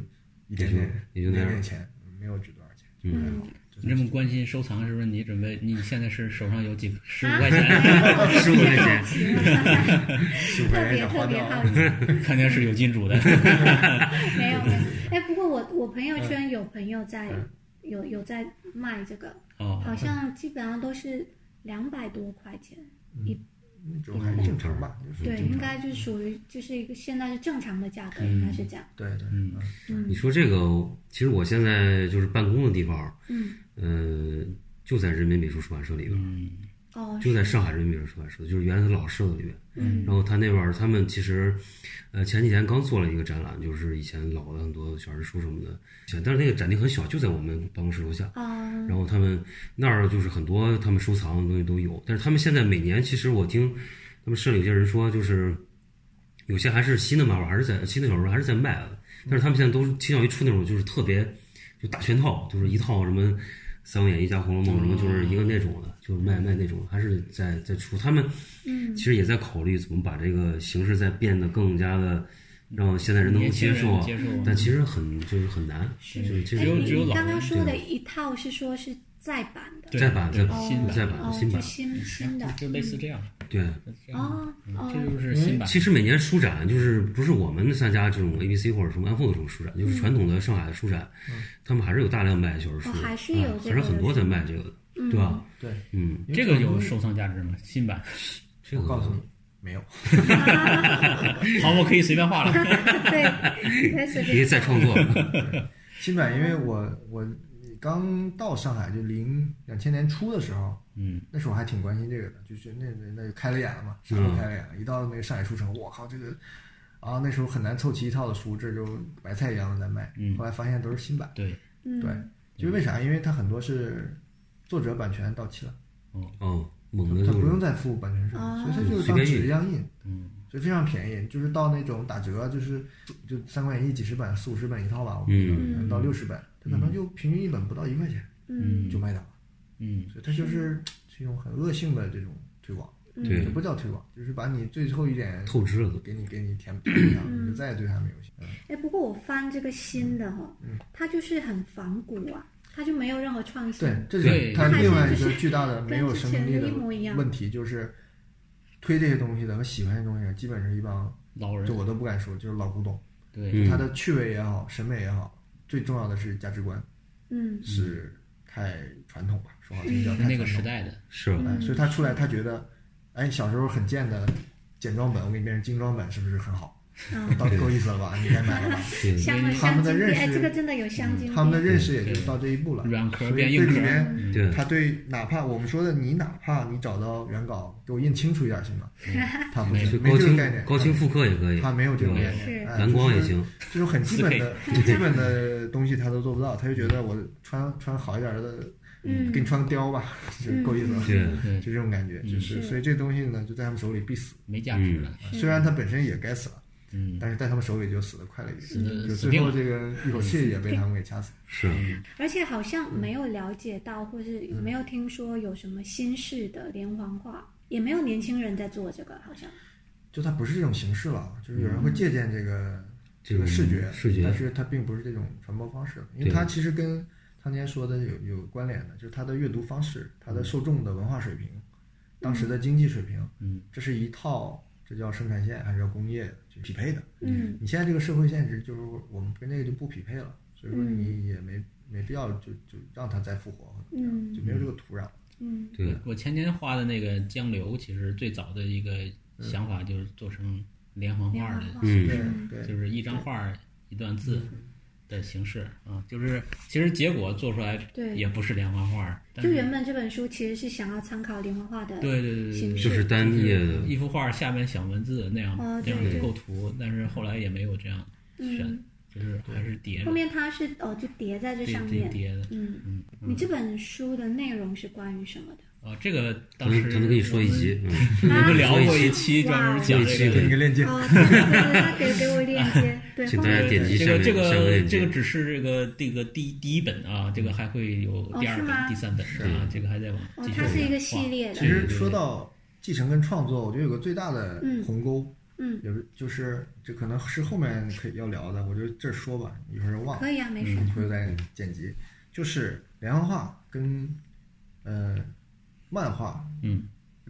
S3: 一点点，
S4: 也
S3: 一
S4: 就也就那样
S3: 点点钱，没有值多少钱。
S2: 嗯
S1: 你这么关心收藏，是不是你准备？你现在是手上有几十五
S2: 啊
S1: 块钱，
S4: 十五块钱，
S3: 十五块
S2: 特
S3: 钱
S2: 别
S3: 想
S2: 特
S3: 花
S2: 别
S3: 掉
S2: 好
S3: 啊，
S2: 奇。
S1: 肯定是有金主的。
S2: 没有没有，哎，不过我我朋友
S3: 嗯
S2: 圈有朋友在、有有在卖这个，好
S1: 哦，
S2: 像基本上都是两百多块钱，
S3: 那种还是正常吧，就是
S2: 对，
S3: 正
S2: 应
S3: 常
S2: 该就是属于就是一个现在是正常的价格，应该是这样。
S3: 对对，
S1: 嗯
S4: 你说这个，其实我现在就是办公的地方，
S2: 嗯，
S4: 呃，就在人民美术出版社里边儿，
S1: 嗯
S2: 哦，
S4: 就在上海人民美术出版社，就是原来的老社子里面。
S2: 嗯
S4: 然后他那边儿，他们其实，呃，前几天刚做了一个展览，就是以前老的很多小人书什么的，但是那个展厅很小，就在我们办公室楼下。
S2: 啊，
S4: 然后他们那儿就是很多他们收藏的东西都有，但是他们现在每年其实我听他们社里有些人说，就是有些还是新的漫画，还是在新的小说还是在卖的，但是他们现在都是倾向于出那种就是特别就大全套，就是一套什么《三国演义》加《红楼梦》什么，就是一个那种的，就是卖卖那种，还是在在出。他们
S2: 嗯
S4: 其实也在考虑怎么把这个形式再变得更加的让现在人能够
S1: 年轻
S4: 接
S1: 人
S4: 受啊
S1: 接受，
S4: 但其实很就是很难，
S2: 是
S4: 嗯
S2: 哎
S4: 就是这
S1: 只有
S4: 种
S1: 只有
S2: 你
S1: 老
S2: 刚刚
S1: 人
S2: 说的
S4: 对
S2: 一套是说是再版的，
S1: 对
S4: 再版
S1: 对
S4: 再版
S1: 新
S4: 再
S1: 版，
S4: 版
S2: 哦，
S4: 啊新
S2: 就
S4: 版
S2: 新新的，嗯
S1: 就类似这样。这
S4: 对。
S1: 样嗯
S2: 哦
S1: 这
S2: 哦，
S1: 就是新版。
S4: 嗯其实每年书展就是不是我们参加这种 ABC 或者什么 iPhone 这种书展，就是传统的上海的书展，他们还是有大量卖小人书，
S2: 嗯哦还是有
S4: 啊
S2: 这
S4: 还
S2: 个
S4: 是很多在卖这个的，对吧？
S3: 对，
S4: 嗯，
S1: 这个有收藏价值吗？新版，
S3: 我告诉你，
S2: 嗯
S3: 没有，
S1: 好，我可以随便画了。
S2: 对，对，随
S4: 别
S2: 便
S4: 再创 作了，
S3: 新版，因为我我刚到上海就零两千年初的时候，
S1: 嗯，
S3: 那时候我还挺关心这个的，就是那那那就开了眼了嘛，上
S4: 嗯
S3: 海开了眼了，一到那个上海书城，我靠，这个啊那时候很难凑齐一套的书，这就白菜一样的在卖。
S1: 嗯
S3: 后来发现都是新版，
S1: 对，
S2: 嗯
S3: 对，就是为啥？因为它很多是作者版权到期了，
S4: 哦，猛的
S3: 它
S4: 就
S3: 不用
S4: 是
S3: 再付版权税，
S2: 哦
S3: 所以它就是
S4: 随
S3: 当
S4: 便印
S3: 纸一样印，
S1: 嗯
S3: 所以非常便宜，就是到那种打折，就是就《三国演义》几十本、四五十本一套吧，我们
S4: 嗯
S3: 到六十本，它可能就平均一本不到一块钱
S2: 嗯
S3: 就卖掉了，
S1: 嗯嗯
S3: 所以它就是这种很恶性的这种推广。
S2: 嗯
S4: 对
S3: 也不叫推广，就是把你最后一点
S4: 透支了都，
S3: 给你给你填填上，
S1: 嗯
S3: 你就再也对他没有兴趣。
S2: 哎，不过我翻这个新的哈、哦它就是很仿古啊，它就没有任何创新。
S3: 对，这
S1: 对
S3: 是它
S2: 它是
S3: 另外一
S2: 就
S3: 个
S2: 是
S3: 巨大的
S2: 跟
S3: 没有
S2: 之
S3: 生
S2: 前
S3: 命力
S2: 的一模一样
S3: 问题，就是推这些东西的和喜欢这些东西的，啊基本是一帮
S1: 老人
S3: 就我都不敢说，就是老古董，
S1: 对，
S3: 他的趣味也好，审美也好，最重要的是价值观
S2: 嗯
S3: 是太传统吧，说好听点，太
S1: 那个
S3: 传
S1: 时
S3: 统了
S1: 代的，
S4: 是啊
S2: 嗯
S3: 哎，所以他出来，他觉得，哎，小时候很贱的简装本，我给你变成精装本，是不是很好？
S2: 嗯，
S3: 到够意思了吧？你该买了吧？
S4: 对
S2: 香了
S3: 他
S2: 香
S3: 们的
S2: 精
S3: 认
S2: 币，哎，
S3: 识
S2: 这个真的有香精
S3: 他们
S2: 币，
S3: 的认识也就到这一步了。
S1: 软壳
S3: 嗯所
S1: 变
S3: 以
S1: 硬
S3: 对
S1: 壳嗯
S3: 里面，
S4: 对
S3: 他对哪怕我们说的你哪怕你找到原稿，给我印清楚一点行 吗？他不，
S4: 就是
S3: 没
S4: 高
S3: 这个
S4: 清
S3: 概念，嗯
S4: 高清复刻也可以，
S3: 他没有这种概
S2: 是
S3: 念，哎
S4: 蓝光也行，
S3: 这种很基本的、很基本的东西他都做不到，他就觉得我穿穿好一点的，
S2: 嗯
S3: 给你穿个貂吧， 就够
S1: 嗯
S3: 意思了，
S4: 对，
S1: 对，
S3: 就这种感觉，就是所以这东西呢，就在他们手里必死。
S1: 没价值了，
S3: 虽然他本身也该死了，
S1: 嗯，
S3: 但是在他们手里就死的快了一
S1: 的
S3: 点，就
S1: 死
S3: 最
S1: 定
S3: 后
S1: 了
S3: 这个一口气也被他们给掐死。
S4: 是啊
S3: 嗯
S2: 而且好像没有了解到，或是没有听说有什么新式的连环画，也没有年轻人在做这个，好像
S3: 就它不是这种形式了，就是有人会借鉴这个、这
S4: 这
S3: 个
S4: 种
S3: 视觉，
S4: 视觉
S3: 但是它并不是这种传播方式，因为
S4: 对
S3: 它其实跟唐年说的有有关联的，就是它的阅读方式、它的受众的文化水平、当时的经济水平，
S1: 嗯，
S3: 这是一套，这叫生产线还是叫工业去匹配的？
S2: 嗯，
S3: 你现在这个社会现实就是我们跟这个就不匹配了，所以说你也没、没必要就就让它再复活，
S2: 嗯
S3: 就没有这个土壤，
S2: 嗯
S4: 对，
S1: 我前年画的那个江流，其实最早的一个想法就是做成连环画的
S2: 连环画
S4: 嗯
S3: 对对，
S1: 就是一张画儿一段字
S2: 嗯
S1: 的形式啊，就是其实结果做出来
S2: 对
S1: 也不是连环画儿，但
S2: 就是原本这本书其实是想要参考连环画的，
S1: 对对对对
S2: 形
S1: 对，
S2: 式
S4: 就是单页的，
S1: 一幅画儿下面想文字那样
S2: 哦
S1: 那样
S2: 对
S1: 的
S2: 对
S1: 构图，但是后来也没有这样选，就是还是叠着
S2: 嗯后面它是哦就叠在这
S1: 自己
S2: 上
S1: 自己
S2: 面，
S1: 叠的。
S2: 嗯
S1: 嗯，
S2: 你这本书的内容是关于什么的？
S1: 啊，这个
S4: 咱
S1: 当时
S4: 们咱们跟你说一集，
S1: 我
S4: 嗯，
S1: 们，我们
S2: 啊
S1: 聊过一期专门讲
S4: 哇
S1: 这
S4: 这
S1: 个
S3: 给
S4: 一期
S3: 你个链接。
S2: 哦，对对对，他给给我链接，对，
S4: 请
S2: 后
S4: 大家
S2: 面
S4: 点击
S1: 这
S4: 下
S1: 个
S4: 面
S1: 这
S4: 下面嗯
S1: 个
S4: 链接
S1: 这个只是这个这个第第一本啊，这个还会有第二
S2: 哦是
S1: 本、
S2: 吗
S1: 第三本啊，这个还在往
S2: 哦
S1: 继，续
S2: 它是一个
S1: 往
S2: 系列
S3: 其
S2: 的，
S3: 实说到继承跟创作，我觉得有个最大的鸿沟，
S2: 嗯，
S3: 也是就是这可能是后面可以要聊的，我就这儿说吧，一会儿忘
S2: 可
S3: 了，
S2: 以啊，没事，
S3: 回头再剪辑。就是连环画跟呃漫画，
S1: 嗯，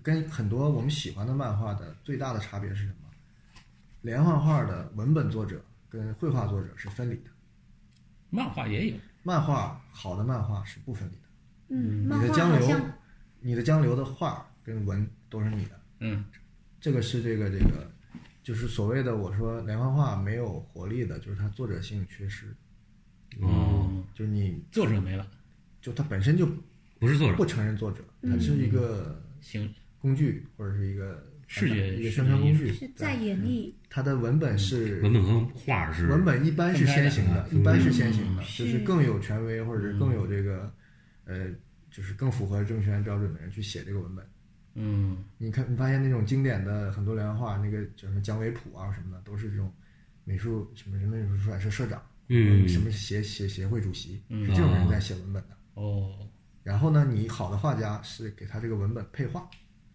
S3: 跟很多我们喜欢的漫画的最大的差别是什么？连环画的文本作者跟绘画作者是分离的，
S1: 漫画也有，
S3: 漫画好的漫画是不分离的。
S2: 嗯，漫
S3: 你的
S2: 画
S3: 江
S2: 好
S3: 流
S2: 像，
S3: 你的江流的画跟文都是你的。
S1: 嗯，
S3: 这个是这个这个，就是所谓的我说连环画没有活力的，就是它作者性缺失，
S4: 哦，
S3: 就是你
S1: 作者嗯没了，
S3: 就它本身就
S4: 不是作者
S3: 不，承认作者，
S2: 嗯
S3: 它是一个
S1: 行，
S3: 工具或者是一个
S1: 视觉
S3: 一个宣传工具
S2: 是，在演绎，
S3: 它的文本是
S4: 文本和画是
S3: 文本一般是先行的，一般是先行的，就是
S2: 是
S3: 更有权威或者是更有这个呃，就是更符合政权标准的人去写这个文本。
S1: 嗯，
S3: 你看，你发现那种经典的很多连环画，那个叫什么姜维普啊什么的，都是这种美术什么人民美术出版社社长，呃
S4: 嗯
S3: 什么协协协会主席，
S1: 嗯
S3: 是这种人在写文本的。
S1: 哦，
S3: 然后呢，你好的画家是给他这个文本配画，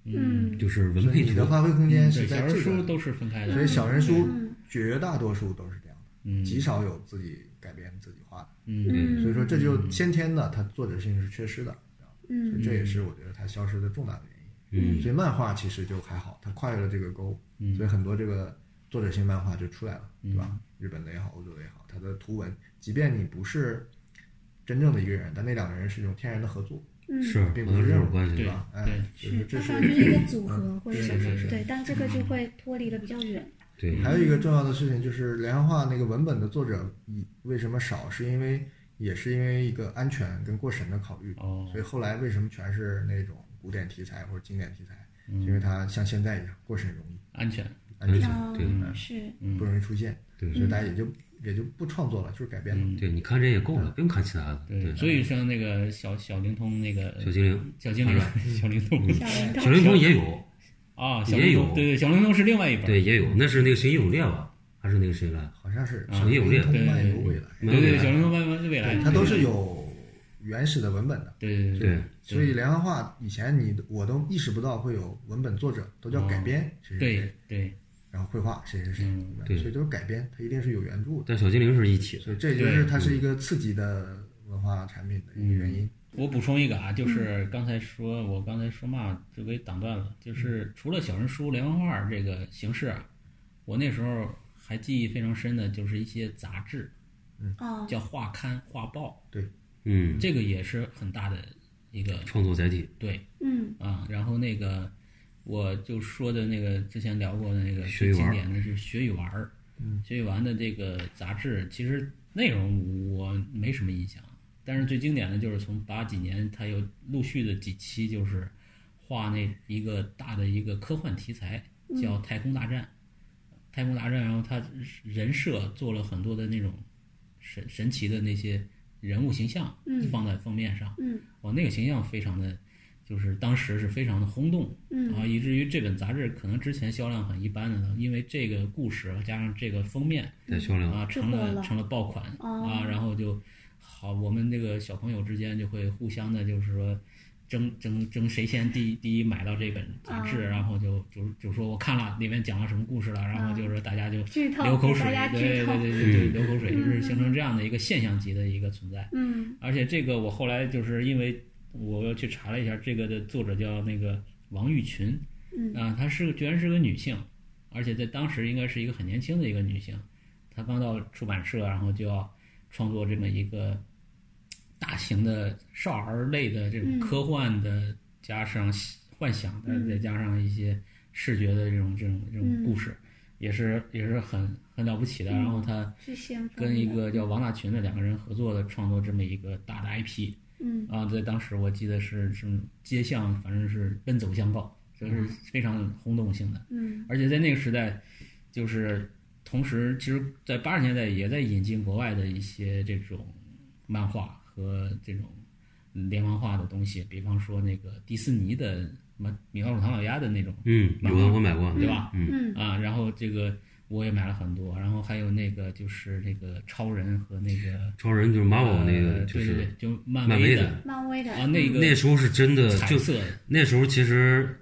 S2: 嗯，
S4: 就是文
S3: 所以
S4: 配
S3: 你
S4: 图
S3: 的，发挥空间
S1: 嗯对，
S3: 是
S1: 小
S3: 在
S1: 人
S3: 这
S1: 书
S3: 个。
S1: 都是分开的，
S3: 所以小人书绝大多数都是这样的，
S1: 嗯
S3: 极少有自己改编自己画的。
S1: 嗯
S3: 所以说，这就先天的，它作者性是缺失的，所
S2: 嗯
S3: 以这也是我觉得它消失的重大的原因。
S4: 嗯，
S3: 所以漫画其实就还好，它跨越了这个沟，嗯
S1: 嗯
S3: 所以很多这个作者性漫画就出来了，对
S4: 嗯
S3: 吧？日本的也好，欧洲的也好，它的图文，即便你不是真正的一个人，但那两个人是一种天然的合作，
S2: 嗯，
S4: 是
S3: 并
S4: 好
S3: 不
S4: 像
S3: 是
S4: 是
S3: 这
S4: 有
S3: 种
S4: 关系
S3: 对
S4: 的，
S3: 吧？哎
S1: 对，
S3: 就是这
S2: 它
S3: 是
S2: 可能就是一个组合或者什
S1: 是是
S2: 么，
S1: 是
S2: 对，但这个就会脱离的比较远，
S4: 对，
S3: 还有一个重要的事情就是连环画那个文本的作者以为什么少，是因为也是因为一个安全跟过审的考虑，
S1: 哦
S3: 所以后来为什么全是那种古典题材或者经典题材，因为它像现在一样过审容易，
S1: 安全，嗯
S3: 安全
S2: 哦
S4: 嗯对，
S2: 是，
S3: 不容易出现，
S4: 对嗯
S3: 所以大家也就也就不创作了，就是改编了。
S4: 对，你看这也够了，不用看其他的，
S1: 嗯
S4: 对
S1: 对，，所以像那个小小灵通那个
S4: 小精灵，
S1: 小精灵， 小灵通
S2: 小人
S4: 小灵通也有，
S1: 啊，小
S4: 嗯也
S1: 灵
S4: 有
S1: 通，对对，小灵通是另外一本，
S4: 对，也有，那是那个谁有烈吧，还是那个谁来？
S3: 好像是
S4: 啊有这
S3: 通
S1: 对
S3: 漫游
S1: 对
S3: 未来，
S1: 对对，小灵通漫漫未来，
S3: 哎它都是有原始的文本的，
S1: 对对
S4: 对，
S3: 所以连环画以前你我都意识不到会有文本作者，都叫改编，谁谁
S1: 对
S3: 谁，
S1: 对，
S3: 然后绘画谁谁谁，吧
S4: 对
S3: 所以都是改编，它一定是有原著的，
S4: 但小精灵是一体的，
S3: 所以这也就是它是一个刺激的文化产品的一个原因。
S1: 我补充一个啊，就是
S4: 嗯
S1: 刚才说，我刚才说嘛，就给挡断了。
S4: 嗯
S1: 就是除了小人书、连环画这个形式啊，我那时候还记忆非常深的，就是一些杂志，
S2: 哦，
S1: 叫画刊、画报，
S4: 嗯，
S1: 这个也是很大的一个
S4: 创作载体，
S1: 对
S2: 嗯
S1: 啊。然后那个我就说的那个之前聊过的那个
S4: 学
S1: 最
S4: 语
S1: 经
S4: 玩儿嗯
S1: 典的是学语玩儿，学语玩的这个杂志，其实内容我没什么印象，但是最经典的就是从八几年，它有陆续的几期就是画那一个大的一个科幻题材，
S2: 嗯
S1: 叫《太空大战》。太空大战，然后它人设做了很多的那种神神奇的那些人物形象，
S2: 嗯
S1: 放在封面上，
S2: 嗯
S1: 哇，那个形象非常的，就是当时是非常的轰动，
S2: 嗯
S1: 啊，以至于这本杂志可能之前销量很一般的呢，因为这个故事啊加上这个封面
S4: 带销量，
S1: 啊，
S2: 就
S1: 成
S2: 火
S1: 了
S2: 了
S1: 成了爆款
S2: 哦
S1: 啊，然后就好，我们这个小朋友之间就会互相的，就是说。争争争谁先第一第一买到这本
S2: 哦
S1: 杂志，然后就就就说我看了里面讲了什么故事了，然后就是大家就
S2: 哦剧透
S1: 流口
S2: 给
S1: 水
S2: 大家，
S1: 对对
S2: 剧透
S1: 对对对，流口水就是形成这样的一个现象级的一个存在。
S2: 嗯
S1: 而且这个我后来就是因为我又去查了一下，这个的作者叫那个王玉群，
S2: 嗯
S1: 啊，她是居然是个女性，而且在当时应该是一个很年轻的一个女性，她刚到出版社，然后就要创作这么一个大型的少儿类的这种
S2: 嗯
S1: 科幻的，加上幻想的，再加上一些视觉的这种这种这种故事，也是也是很很了不起的。然后她。
S2: 是先锋
S1: 跟一
S2: 的
S1: 个叫王大群的两个人合作的创作这么一个大的 IP
S2: 嗯
S1: 啊，在当时我记得是是街巷，反正是奔走相告，就是
S4: 嗯
S1: 非常轰动性的。
S2: 嗯
S1: 而且在那个时代，就是同时，其实，在八十年代也在引进国外的一些这种漫画和这种连环画的东西，比方说那个迪士尼的什么《米老鼠唐老鸭》的那种，
S4: 嗯，有的我买过，
S1: 对吧？
S2: 嗯
S4: 嗯，
S1: 啊，然后这个我也买了很多，然后还有那个就是那个超人和那个
S4: 超人就是 Marvel 那个，
S1: 呃
S4: 就
S1: 对对
S4: 是
S1: 对，就漫
S4: 漫威
S1: 的
S2: 漫威的
S1: 啊，那个
S4: 那时候是真的，
S1: 彩
S4: 就
S1: 色的
S4: 那时候其实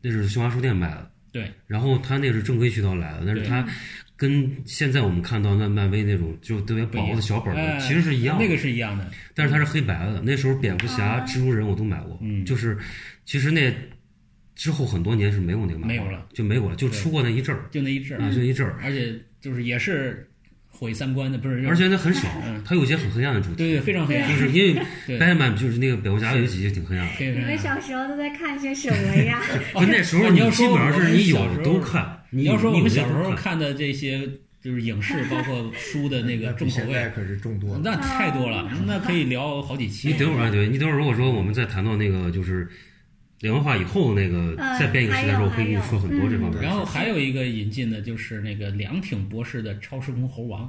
S4: 那是新华书店买的，
S1: 对，
S4: 然后他那是正规渠道来的，但是
S1: 对
S4: 他跟现在我们看到那漫威那种就特别
S1: 不一
S4: 薄
S1: 样
S4: 的小本
S1: 哎
S4: 儿其实是一样的，
S1: 那个是一样的，
S4: 但是它是黑白的。那时候蝙蝠侠、蜘蛛人我都买过，
S1: 嗯
S4: 就是其实那之后很多年是没有那个漫画
S1: 没有了，嗯
S4: 就没有了，就出过那一阵儿，
S1: 就那一阵
S4: 啊，
S1: 儿，
S4: 就一阵儿，
S1: 而且就是也是毁三观的，不是，
S4: 而且那很少
S1: 嗯，
S4: 它有些很黑暗的主题，
S1: 对对非常黑暗
S4: 就是因为
S1: 对
S4: Batman 就是那个蝙蝠侠有几集挺黑暗的。
S1: 非
S2: 你
S1: 常
S2: 们
S1: 黑暗。
S2: 小时候都在看些什么呀？
S4: 不，那时候
S1: 哦你要
S4: 基
S1: 说
S4: 本上
S1: 我
S4: 是
S1: 们
S4: 你有
S1: 小时
S4: 的
S1: 候
S4: 都看，
S1: 你要说我
S4: 有
S1: 们
S4: 的
S1: 小时
S4: 都
S1: 候看的这些就是影视，包括书的那个
S3: 那
S1: 重
S3: 比
S1: 口
S3: 现在
S1: 味，
S3: 可是众多了。
S1: 那太多了，那可以聊好几期
S4: 你。等会儿啊，对，你等会儿如果说我们再谈到那个就是连环画以后那个
S2: 嗯
S4: 再编一个时代的时候，
S2: 还有
S4: 会跟你说很多这方面的事。
S1: 然后还有一个引进的就是那个梁挺博士的《超时空猴王》，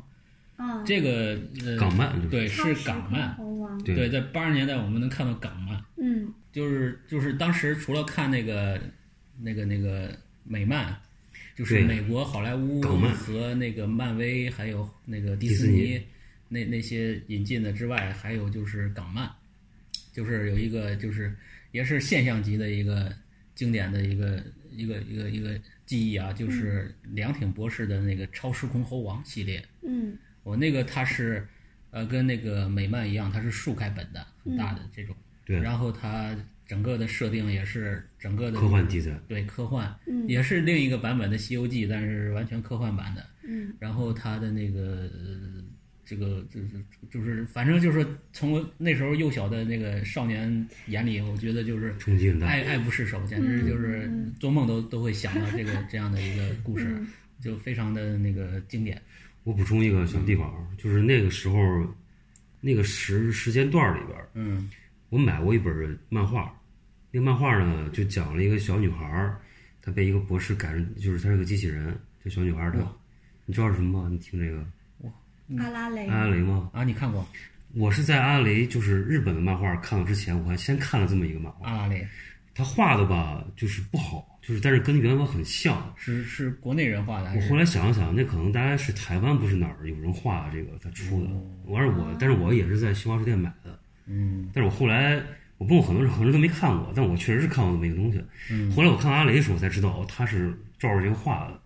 S2: 嗯，
S1: 这个呃，
S4: 港漫就是
S1: 对
S2: 超
S1: 是
S2: 时
S1: 港
S2: 空
S1: 漫，
S2: 猴王，
S4: 对
S1: 对，在八十年代我们能看到港漫，
S2: 嗯
S1: 就是就是当时除了看那个那个那个美漫，就是
S4: 对
S1: 美国好莱坞
S4: 港漫
S1: 和那个漫威还有那个迪士
S4: 迪士
S1: 尼那那些引进的之外，还有就是港漫，就是有一个就是也是现象级的一个经典的一个一个一个一个记忆啊，就是梁挺博士的那个《超时空猴王》系列。
S2: 嗯
S1: 我那个它是，呃，跟那个美漫一样，它是竖开本的，很大的这种。
S4: 对
S1: 然后它整个的设定也是整个的
S4: 科幻题材，
S1: 对科幻，
S2: 嗯
S1: 也是另一个版本的《西游记》，但是完全科幻版的。
S2: 嗯
S1: 然后它的那个呃这个就是就是，反正就是从我那时候幼小的那个少年眼里，我觉得就是
S4: 冲击很大
S1: 爱爱不释手，简直就是
S2: 嗯
S1: 做梦都都会想到这个 这样的一个故事，就非常的那个经典。
S4: 我补充一个小地方啊，就是那个时候那个时时间段里边儿，
S1: 嗯
S4: 我买过一本漫画，那个漫画呢就讲了一个小女孩儿，她被一个博士改成，就是她是个机器人。这小女孩儿她，你知道是什么吗？你听这个
S2: 阿拉蕾
S4: 安安雷吗？
S1: 啊，你看过？
S4: 我是在阿雷就是日本的漫画看到之前，我还先看了这么一个漫画，
S1: 阿拉蕾
S4: 他画的吧就是不好，就是但是跟原文很像。
S1: 是是国内人画的还
S4: 我
S1: 是？
S4: 后来想了想，那可能大概是台湾不是哪儿有人画这个他出的，完了我但是我也是在新华书店买的，
S1: 嗯，
S4: 但是我后来我问我很多人，很多人都没看
S1: 嗯
S4: 过，但我确实是看过这么一个东西。后来我看阿雷的时候才知道，哦，他是照着这个画的，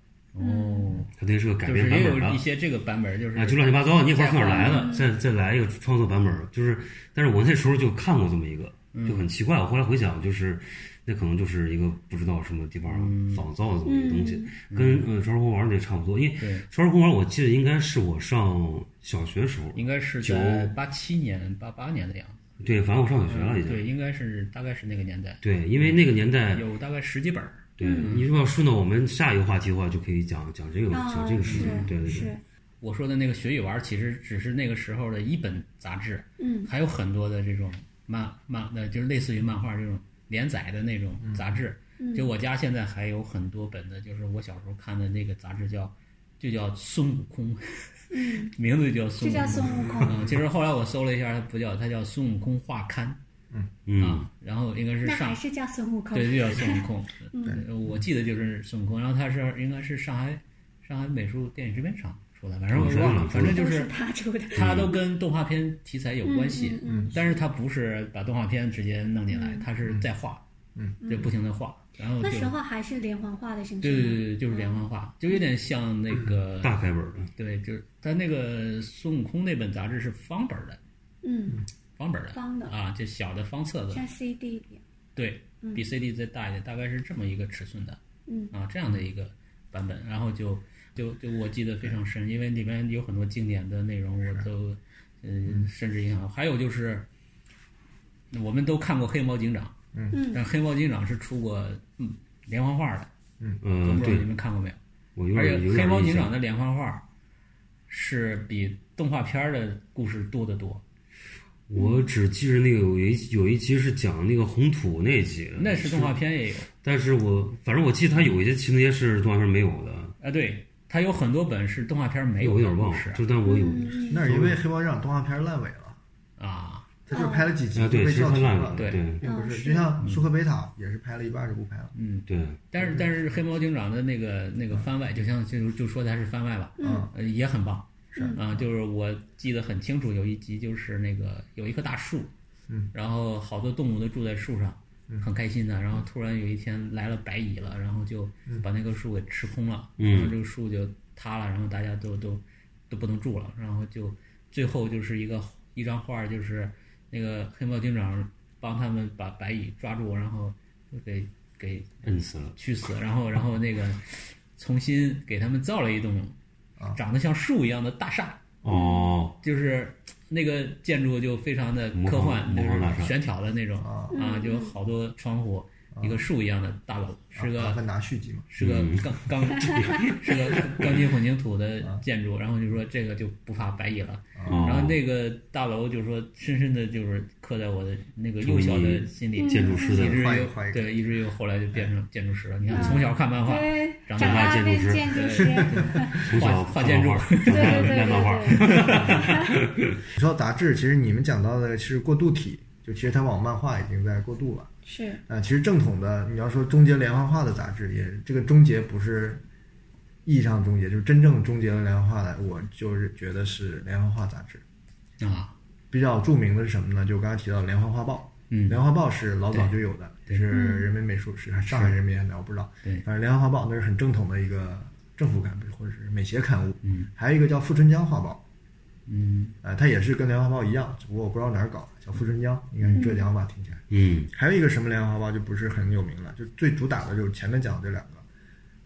S1: 哦，
S4: 它那是个改
S1: 就
S4: 编
S1: 是
S4: 版
S1: 也
S4: 本
S1: 有一
S4: 的。
S1: 些这个版本，就是
S4: 啊，就乱七八糟，你也不知道从哪儿来的，
S2: 嗯
S4: 再再来一个创作版本儿，就是，但是我那时候就看过这么一个，就很奇怪。我后来回想，就是那可能就是一个不知道什么地方
S1: 嗯
S4: 仿造的这么一个东西，跟呃《少儿红丸》那差不多。因为《
S1: 对，
S4: 少儿红丸》，我记得应该是我上小学时候，
S1: 应该是
S4: 九
S1: 在八七年、八八年的样子。
S4: 对，反正我上小学了已经。
S1: 嗯对，应该是大概是那个年代，
S4: 对，因为那个年代，
S1: 有嗯大概十几本儿。
S4: 对，你如果要顺到我们下一个话题的话，就可以讲讲这个讲这个事情。
S1: 哦
S4: 对对对
S2: 哦是，，
S1: 我说的那个《学语玩》，其实只是那个时候的一本杂志，
S2: 嗯
S1: 还有很多的这种漫漫，呃，就是类似于漫画这种连载的那种杂志。
S2: 嗯，
S1: 就我家现在还有很多本的，就是我小时候看的那个杂志叫，就叫孙悟空，
S2: 嗯，
S1: 名字就叫
S2: 就
S1: 孙悟
S2: 叫
S1: 空。
S2: 孙悟空，
S1: 嗯，其实后来我搜了一下，它不叫，它叫《孙悟空画刊》
S4: 嗯
S1: 啊，然后应该是
S2: 那
S1: 上
S2: 还是叫孙悟空，
S1: 对，就叫孙悟空。
S2: 嗯
S1: 呃我记得就是孙悟空，然后他是应该是上海上海美术电影制片厂出的，反正我
S4: 嗯
S1: 忘
S4: 是
S1: 了，
S4: 的
S1: 反正就
S2: 都
S1: 是
S2: 是他出的，
S1: 它都跟动画片题材有关系，
S2: 嗯
S1: 但是它不是把动画片直接弄进来，它是在画，
S3: 嗯，
S1: 就不停的画，然后就
S2: 那时候还是连环画的形式，
S1: 对对对，对，就是连环画，就有点像那个
S4: 嗯大开本儿的，
S1: 对，就是它那个孙悟空那本杂志是方本儿的，
S2: 嗯，
S1: 方本儿的，
S2: 方的
S1: 啊，就小的方册子，
S2: 像 CD 一样，
S1: 对比 CD 再大一点，大概是这么一个尺寸的，
S2: 嗯
S1: 啊，这样的一个版本，然后就就就我记得非常深，因为里面有很多经典的内容，我都嗯甚至影响。还有就是，我们都看过《黑猫警长》，
S2: 嗯，
S1: 但《黑猫警长》是出过嗯连环画的，我
S4: 嗯，
S1: 不知道你
S4: 对
S1: 们看过没有？
S4: 我有
S1: 而且
S4: 点有
S1: 《黑
S4: 点
S1: 猫
S4: 印
S1: 警长》
S4: 象。
S1: 的连环画是比动画片儿的故事多得多，
S4: 我只记着那个有一有一集是讲那个红土那集，
S1: 那是动画片也有
S4: 但是我反正我记得它有一些情节是动画片没有的，
S1: 啊，对，它有很多本是动画片儿没
S4: 嗯
S1: 啊
S4: 我有
S1: 的
S4: 点忘
S1: 故
S4: 了
S1: 事，
S4: 就但我有
S2: 嗯
S3: 那是因为黑猫警长动画片烂尾了，
S1: 啊，
S3: 它就是拍了几集
S4: 啊，
S3: 就
S4: 对，
S3: 被
S4: 其实
S3: 叫
S4: 它
S3: 停
S4: 烂了，
S3: 了，
S1: 对
S4: 对
S3: 并不
S2: 嗯
S3: 是。
S2: 是
S3: 就像舒克贝塔也是拍了一半就不拍了，
S1: 嗯。
S4: 对，
S1: 但是但是黑猫警长的那个那个番外，就像就就说它是番外吧，
S3: 嗯，
S1: 呃，也很棒，
S3: 是
S1: 啊、就是我记得很清楚，有一集就是那个有一棵大树，
S3: 嗯，
S1: 然后好多动物都住在树上，
S3: 嗯嗯
S1: 很开心的，然后突然有一天来了白蚁了，然后就把那棵树给吃空了，
S4: 嗯
S1: 然后这个树就塌了，然后大家都都都不能住了，然后就最后就是一个一张画，就是那个黑猫警长帮他们把白蚁抓住，然后就给给
S4: 摁死了，
S1: 去死，然后然后那个重新给他们造了一栋
S3: 啊
S1: 长得像树一样的大厦，
S4: 哦，
S1: 就是那个建筑就非常的科幻，就
S4: 模仿模仿大厦
S1: 是悬挑的那种
S3: 啊
S1: 啊，就有好多窗户，一个树一样的大楼，是
S3: 阿
S1: 个
S3: 凡达续集嘛，
S1: 是个
S4: 嗯
S1: 钢钢 是个钢筋混凝土的
S3: 啊
S1: 建筑，然后就说这个就不怕白蚁了。
S4: 哦，
S1: 然后那个大楼就说深深的就是刻在我的那个幼小的心里，
S4: 建筑师
S1: 一
S4: 的
S1: 直
S3: 换一
S1: 又
S3: 个换一个嗯
S1: 对，一直又后来就变成建筑师了。你看，从小看漫画，
S2: 对，
S1: 长
S2: 长
S1: 大
S2: 大
S4: 建筑
S2: 变
S4: 师
S2: 建筑师，
S4: 从
S1: 画
S4: 小
S1: 画建筑
S4: 看漫画
S2: 对
S4: 长大
S2: 对对
S4: 卖漫画，
S2: 对对，
S3: 你说杂志，其实你们讲到的是过渡体，就其实它往漫画已经在过渡了。
S2: 是，
S3: 啊、其实正统的，你要说终结连环画的杂志，也这个终结不是意义上的终结，就是真正终结了连环画的，我就是觉得是连环画杂志。
S1: 啊，
S3: 比较著名的是什么呢？就刚才提到的连环画报，
S1: 嗯
S3: 连环画报是老早就有的，
S1: 对
S3: 是人民美术是上海人民还是我不知道，
S1: 对
S3: 反正连环画报那是很正统的一个政府刊物或者是美协刊物，
S1: 嗯，
S3: 还有一个叫富春江画报，
S1: 嗯，
S3: 呃，它也是跟连环报一样，只不过我不知道哪儿搞，叫富春江，应该是浙江吧，听起来。
S4: 嗯
S3: 还有一个什么连环画报就不是很有名了，就最主打的就是前面讲的这两个。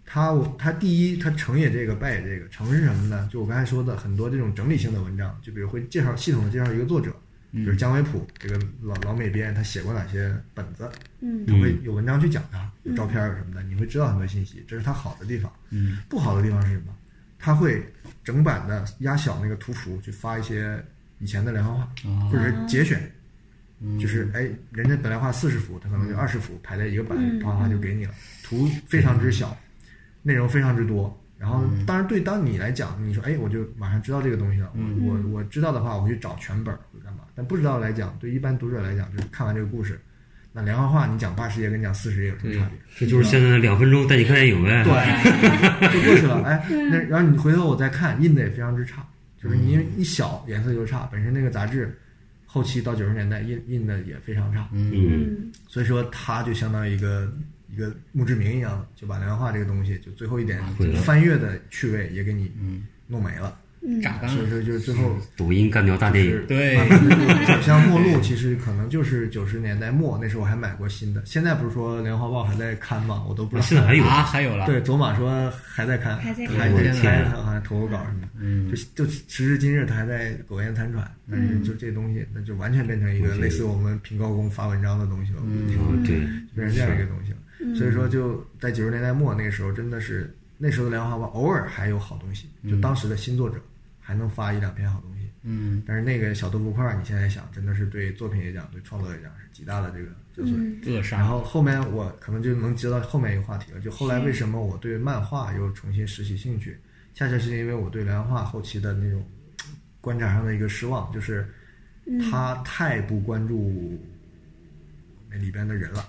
S3: 它我它第一，它成也这个，败也这个。成是什么呢？就我刚才说的很多这种整理性的文章，就比如会介绍系统的介绍一个作者，比如姜维普这个老老美编，他写过哪些本子，
S2: 嗯
S3: 他会有文章去讲他，有照片儿有什么的，你会知道很多信息，这是他好的地方。
S1: 嗯，
S3: 不好的地方是什么？他会整版的压小那个图幅，去发一些以前的连环画，
S1: 哦嗯
S3: 或者是节选，就是哎，人家本来画四十幅，他可能就二十幅排在一个版，哗哗就给
S1: 嗯
S3: 你了，图非常之小，内容非常之多。然后，当然对当你来讲，你说哎，我就马上知道这个东西了，我我我知道的话，我会去找全本儿会干嘛？但不知道来讲，对一般读者来讲，就是看完这个故事，那连环画你讲八十页跟你讲四十页有什么差别？
S4: 这就是现在的两分钟带你看电影呗，
S3: 对，就过去了。哎，那然后你回头我再看，印的也非常之差，就是你一小颜色就差，本身那个杂志后期到九十年代印印的也非常差，
S4: 嗯
S2: 嗯
S3: 所以说它就相当于一个一个墓志铭一样，就把梁化这个东西就最后一点
S4: 毁了嗯
S3: 翻越的趣味也给你弄没了。
S2: 嗯
S1: 榨干
S3: 所以
S1: 了。
S3: 说，嗯就是最后
S4: 抖音干掉大电影，
S1: 对
S3: 慢慢地走向末路，其实可能就是九十年代末，那时候我还买过新的。现在不是说《莲花报》还在刊吗？我都不知
S4: 啊
S3: 道。
S4: 现在还有
S1: 啊，还有了，
S3: 对，走马说还在刊，
S2: 还在刊
S3: 还
S4: 我
S3: 在
S4: 的天
S3: 刊，好像投稿什么的。嗯，就就时至今日，它还在苟延残喘。但是就这东西，那就完全变成一
S4: 嗯我
S3: 个
S4: 觉得
S3: 类似我们平高公发文章的东西了。嗯，
S4: 嗯，对，
S3: 变成这样一个东西了。所以说，就在九十年代末那个时候，真的是那时候的梁华吧，偶尔还有好东西，就当时的新作者还能发一两篇好东西。
S1: 嗯，
S3: 但是那个小豆腐块儿，你现在想，真的是对作品也讲，对创作也讲，是极大的这个折损。
S1: 扼杀。
S3: 然后后面我可能就能接到后面一个话题了，就后来为什么我对漫画又重新拾起兴趣，恰恰是因为我对梁画后期的那种观察上的一个失望，就是他太不关注那里边的人了。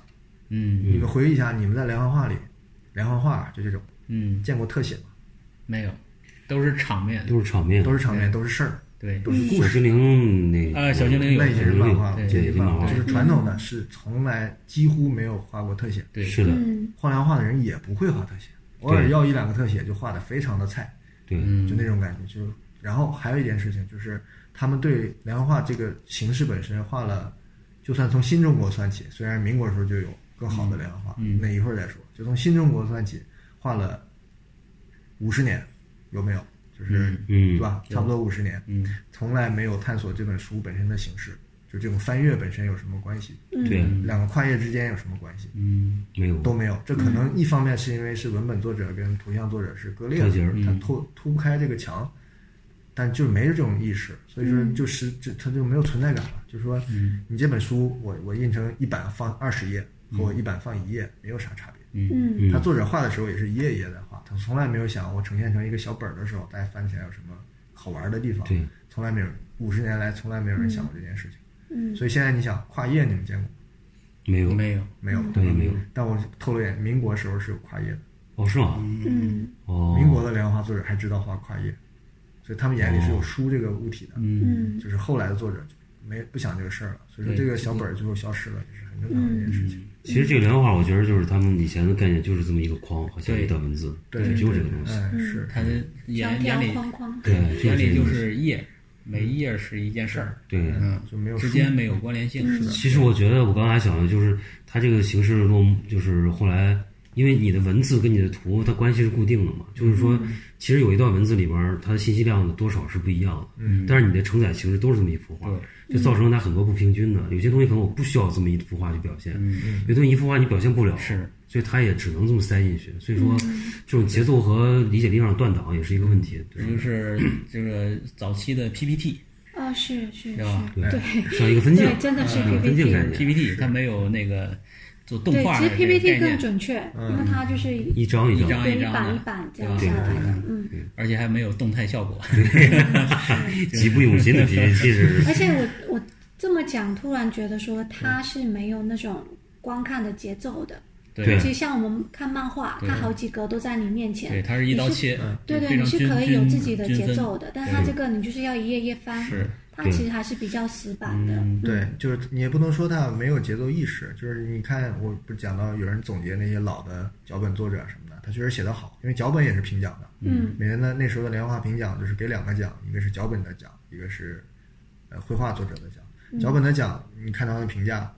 S1: 嗯
S3: 你们回忆一下，你们在连环画里，连环画啊就这种
S1: 嗯，
S3: 见过特写吗？
S1: 没有，都是场面。
S4: 都是场面，
S3: 都是场
S1: 嗯
S3: 面，都是事儿，
S1: 对，
S3: 都是故
S4: 小
S3: 事，
S4: 精灵那
S1: 啊小精灵有
S3: 那已经是漫画了，
S1: 对
S3: 已经是漫画了，
S1: 对
S3: 就是传统的是从来几乎没有画过特写，
S1: 对，
S4: 是的，
S2: 嗯
S3: 画连画的人也不会画特写，偶尔要一两个特写就画的非常的菜，
S4: 对，
S1: 嗯
S3: 就那种感觉。就然后还有一件事情就是，他们对连环画这个形式本身画了，就算从新中国算起，虽然民国时候就有更好的连环画，
S1: 嗯嗯
S3: 那一会儿再说，就从新中国算起，画了五十年，有没有？就是
S4: 嗯
S3: 对吧？差不多五十年，
S1: 嗯，
S3: 从来没有探索这本书本身的形式，就这种翻阅本身有什么关系？
S2: 嗯
S4: 对，
S3: 两个跨页之间有什么关系？
S1: 嗯
S4: 没有嗯
S3: 都没有。这可能一方面是因为是文本作者跟图像作者是割裂的
S4: 脱节儿，
S3: 他
S2: 嗯
S3: 突突不开这个墙，但就没有这种意识，所以说
S4: 嗯
S3: 就是这他就没有存在感了。就是说，你这本书我我印成一版放二十页和我一版放一页没有啥差别。
S2: 嗯
S4: 嗯
S3: 他作者画的时候也是一页一页在画，他从来没有想我呈现成一个小本儿的时候，大家翻起来有什么好玩的地方。
S4: 对，
S3: 从来没有，五十年来从来没有人想过这件事情。
S2: 嗯
S3: 所以现在你想跨页，你们见过吗
S4: 没有
S1: 嗯，没有。
S3: 没有？
S4: 对没有。
S3: 但我透露一点，民国时候是有跨页的。
S4: 哦是吗？
S2: 嗯
S4: 哦，哦
S3: 民国的连环画作者还知道画跨页，所以他们眼里是有书这个物体的。
S2: 嗯
S3: 就是后来的作者就没不想这个事儿了，所以说
S1: 对
S3: 这个小本儿最后消失了，也是很正常的一件事情。
S4: 其实这个莲花，我觉得就是他们以前的概念就是这么一个框，好像
S1: 对
S4: 一段文字，
S3: 对
S4: 就只有这个东西，
S3: 嗯，是
S1: 他的眼
S2: 条
S1: 眼
S2: 条
S1: 里
S2: 框框，
S4: 对，
S1: 眼里
S4: 这
S1: 就
S4: 个东西
S1: 是页，每一页是一件事儿，
S4: 对。
S1: 嗯，
S3: 嗯就没有
S1: 之
S3: 书
S1: 间没有关联
S2: 嗯
S1: 性，是的，
S4: 其实我觉得我刚才想的就是，它这个形式落幕，就是后来，因为你的文字跟你的图它关系是固定的嘛，就是说，其实有一段文字里边儿它的信息量的多少是不一样的，嗯，但是你的承载形式都是这么一幅画，就造成了它很多不平均的。有些东西可能我不需要这么一幅画去表现，嗯，有东西一幅画你表现不了，
S1: 是，
S4: 所以它也只能这么塞进去。所以说，这种节奏和理解力上的断档也是一个问题，对，
S1: 就是
S3: 嗯
S1: 这个早期的 PPT，
S2: 哦，是是
S1: 对
S2: 是，
S1: 吧
S4: 对，像一个分镜
S2: 对，，真的是
S4: 一个分镜
S2: PPT
S4: 概
S3: 啊
S4: 念，
S1: PPT 它没有那个做动
S2: 对，
S1: 画
S2: 其
S1: 的
S2: 实
S1: 这个概
S2: PPT 更
S1: 念，嗯
S2: 准确，因为它就是
S4: 一张一
S1: 一
S4: 张，
S1: 张
S2: 对
S1: 张
S2: 版一
S1: 的，
S2: 版这
S1: 对
S2: 样
S1: 吧
S2: 下来的，嗯。
S1: 而且还没有动态效果，
S4: 极不用心的 PPT 是
S2: 而且我我这么讲，突然觉得
S1: 嗯
S2: 说它是没有那种观看的节奏的。
S1: 对
S2: 其实像我们看漫画，它好几格都在你面前，
S1: 对，它是一刀
S2: 你是
S1: 切，
S3: 嗯
S2: 对对，
S1: 非
S2: 你
S1: 常
S2: 是
S1: 均
S2: 可以有自己的节奏。
S1: 均均分
S2: 的，但它这个你就是要一页一页翻，
S1: 是嗯
S2: 它其实还是比较死板的。
S3: 对，就是你也不能说他没有节奏意识，就是你看，我不是讲到有人总结那些老的脚本作者什么的，他确实写得好，因为脚本也是评奖的，
S2: 嗯，
S3: 每年的那时候的连环画评奖就是给两个奖，一个是脚本的奖，一个是呃绘画作者的奖。脚本的奖，你看到的评价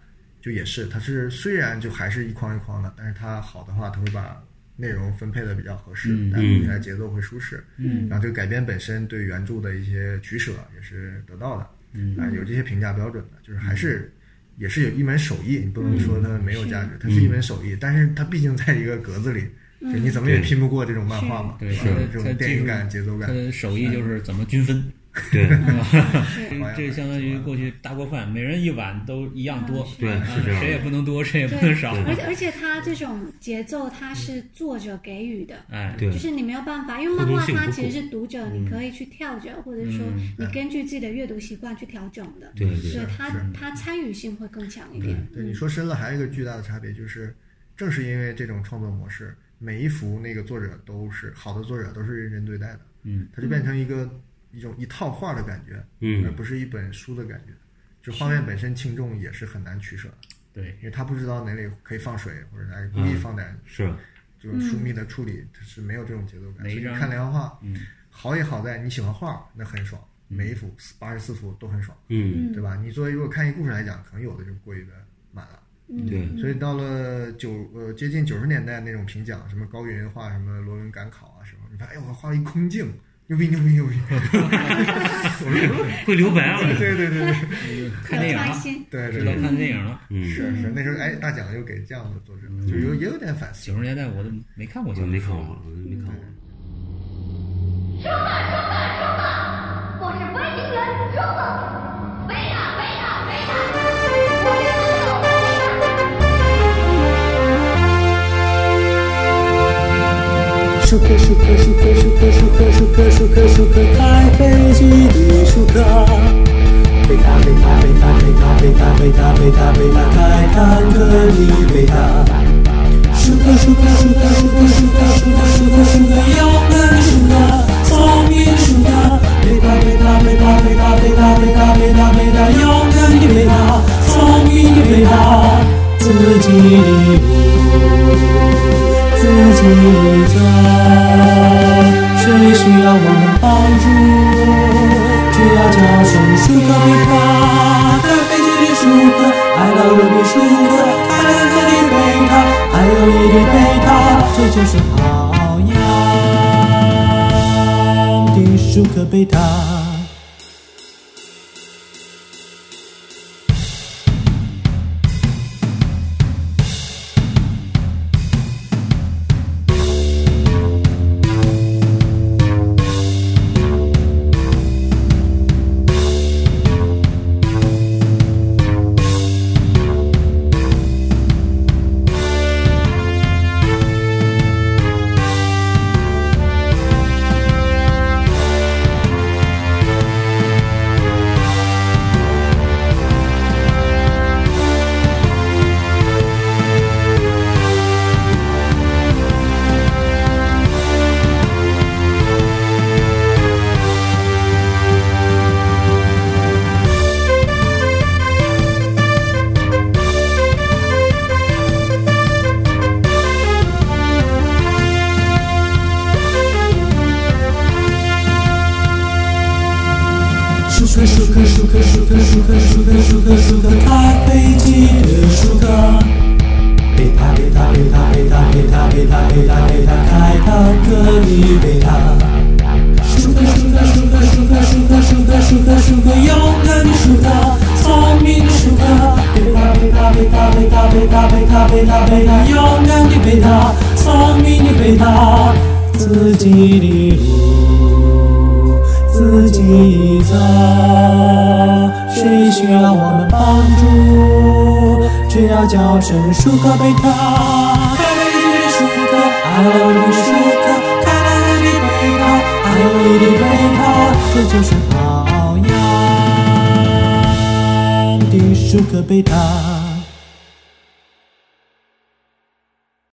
S3: 就也是，它是虽然就还是一框一框的，但是它好的话，它会把内容分配的比较合适，但读起来节奏会舒适。嗯，然后这个改编本身对原著的一些取舍也是得到的，嗯，啊、有这些评价标准的，就是还是。也是有一门手艺，你不能说它没有价值，它嗯是一嗯门手艺，但是它毕竟在一个格子里，就你怎么也拼不过这种漫画嘛，
S1: 对，
S3: 吧
S1: 它的
S3: 这
S1: 它
S3: 种电影感、节奏感
S1: 它，的呃手艺
S4: 哎
S1: 就是怎么均 分，
S4: 对
S1: 嗯
S4: 哎
S1: 这这相当于过去大锅饭，每人一碗都一样多，
S4: 对
S1: 啊
S4: 哎是这样的
S1: 谁也不能多，谁 也不能少，
S2: 而且而且它这种节奏，它是作者给予的。
S1: 哎，
S4: 对
S2: 就是你没有办法，因为漫画它其实是读者，你可以去跳着，或者
S1: 嗯
S2: 说你根据自己的阅读习惯去调整的。
S4: 对对
S2: 所以它它参与性会更强一点。
S3: 对，你说深了，还有一个巨大的差别就是，正是因为这种创作模式，每一幅那个作者都是好的作者都是认真对待的，
S1: 嗯，
S3: 它就变成一个一种一套画的感觉，
S4: 嗯
S3: 而不是一本书的感觉，就画面本身轻重也是很难取舍的，
S1: 对
S3: 因为他不知道哪里可以放水，或者哪里故
S1: 嗯
S3: 意放点
S4: 是啊
S3: 就是疏密的处理，它是没有这种节奏感。
S1: 每
S3: 所
S1: 一
S3: 以你
S1: 张
S3: 看连环画，
S1: 嗯
S3: 好也好在你喜欢画，那很爽，每一幅八十四幅都很爽，
S4: 嗯
S3: 对吧？你作为如果看一故事来讲，可能有的就过于的满了。
S4: 对
S3: 所以到了九呃接近九十年代那种评奖，什么高云画什么罗伦赶考啊时候，你发现哎我画了一空镜，牛逼牛逼牛逼！
S4: 会留白啊了，
S3: 对对对对
S1: 看电影啊了
S2: 有创，新，
S3: 对
S1: 知
S3: 对
S1: 道
S3: 对，
S1: 看电影了。
S4: 嗯，
S3: 是是那时候哎大奖又给这样的作者，就
S1: 嗯
S3: 有也有点反思
S1: 九。十年代我都没看过
S4: 我
S1: 小
S4: 就
S1: 说，
S4: 没看过，我就没看过。
S7: 我是外星人，冲啊！伟大，伟大，伟大！我是自由的伟大。
S8: 数颗数颗数颗数颗数颗数颗数颗数颗开飞机的数颗，贝塔贝塔贝塔贝塔贝塔贝塔贝塔贝塔开坦克的贝塔，数颗数颗数颗数颗数颗数颗数颗数颗要能数颗，聪明数颗，贝塔贝塔贝塔贝塔贝塔贝塔贝塔贝塔要能的贝塔，聪明的贝塔，自己的路。自己走，谁需要我们帮助？只要叫声舒克贝克，在飞机里舒克，爱到我的舒克，爱了你的贝塔，爱了你的贝塔，这就是好样的舒克贝塔。舒克舒克舒克舒克舒克舒克舒克舒克开飞机的舒克，贝塔贝塔贝塔贝塔贝塔贝塔贝塔贝塔开坦克的贝塔，舒克舒克舒克舒克舒克舒克舒克舒克勇敢的舒克，聪明的舒克，贝塔贝塔贝塔贝塔贝塔贝塔贝塔贝塔勇敢的贝塔，聪明的贝塔，自己的路。自己走。谁需要我们帮助？只要叫声舒克贝塔，开了一的舒克，爱了你的舒克，开了你的贝塔，爱了你的贝塔，这就是好样的舒克贝塔。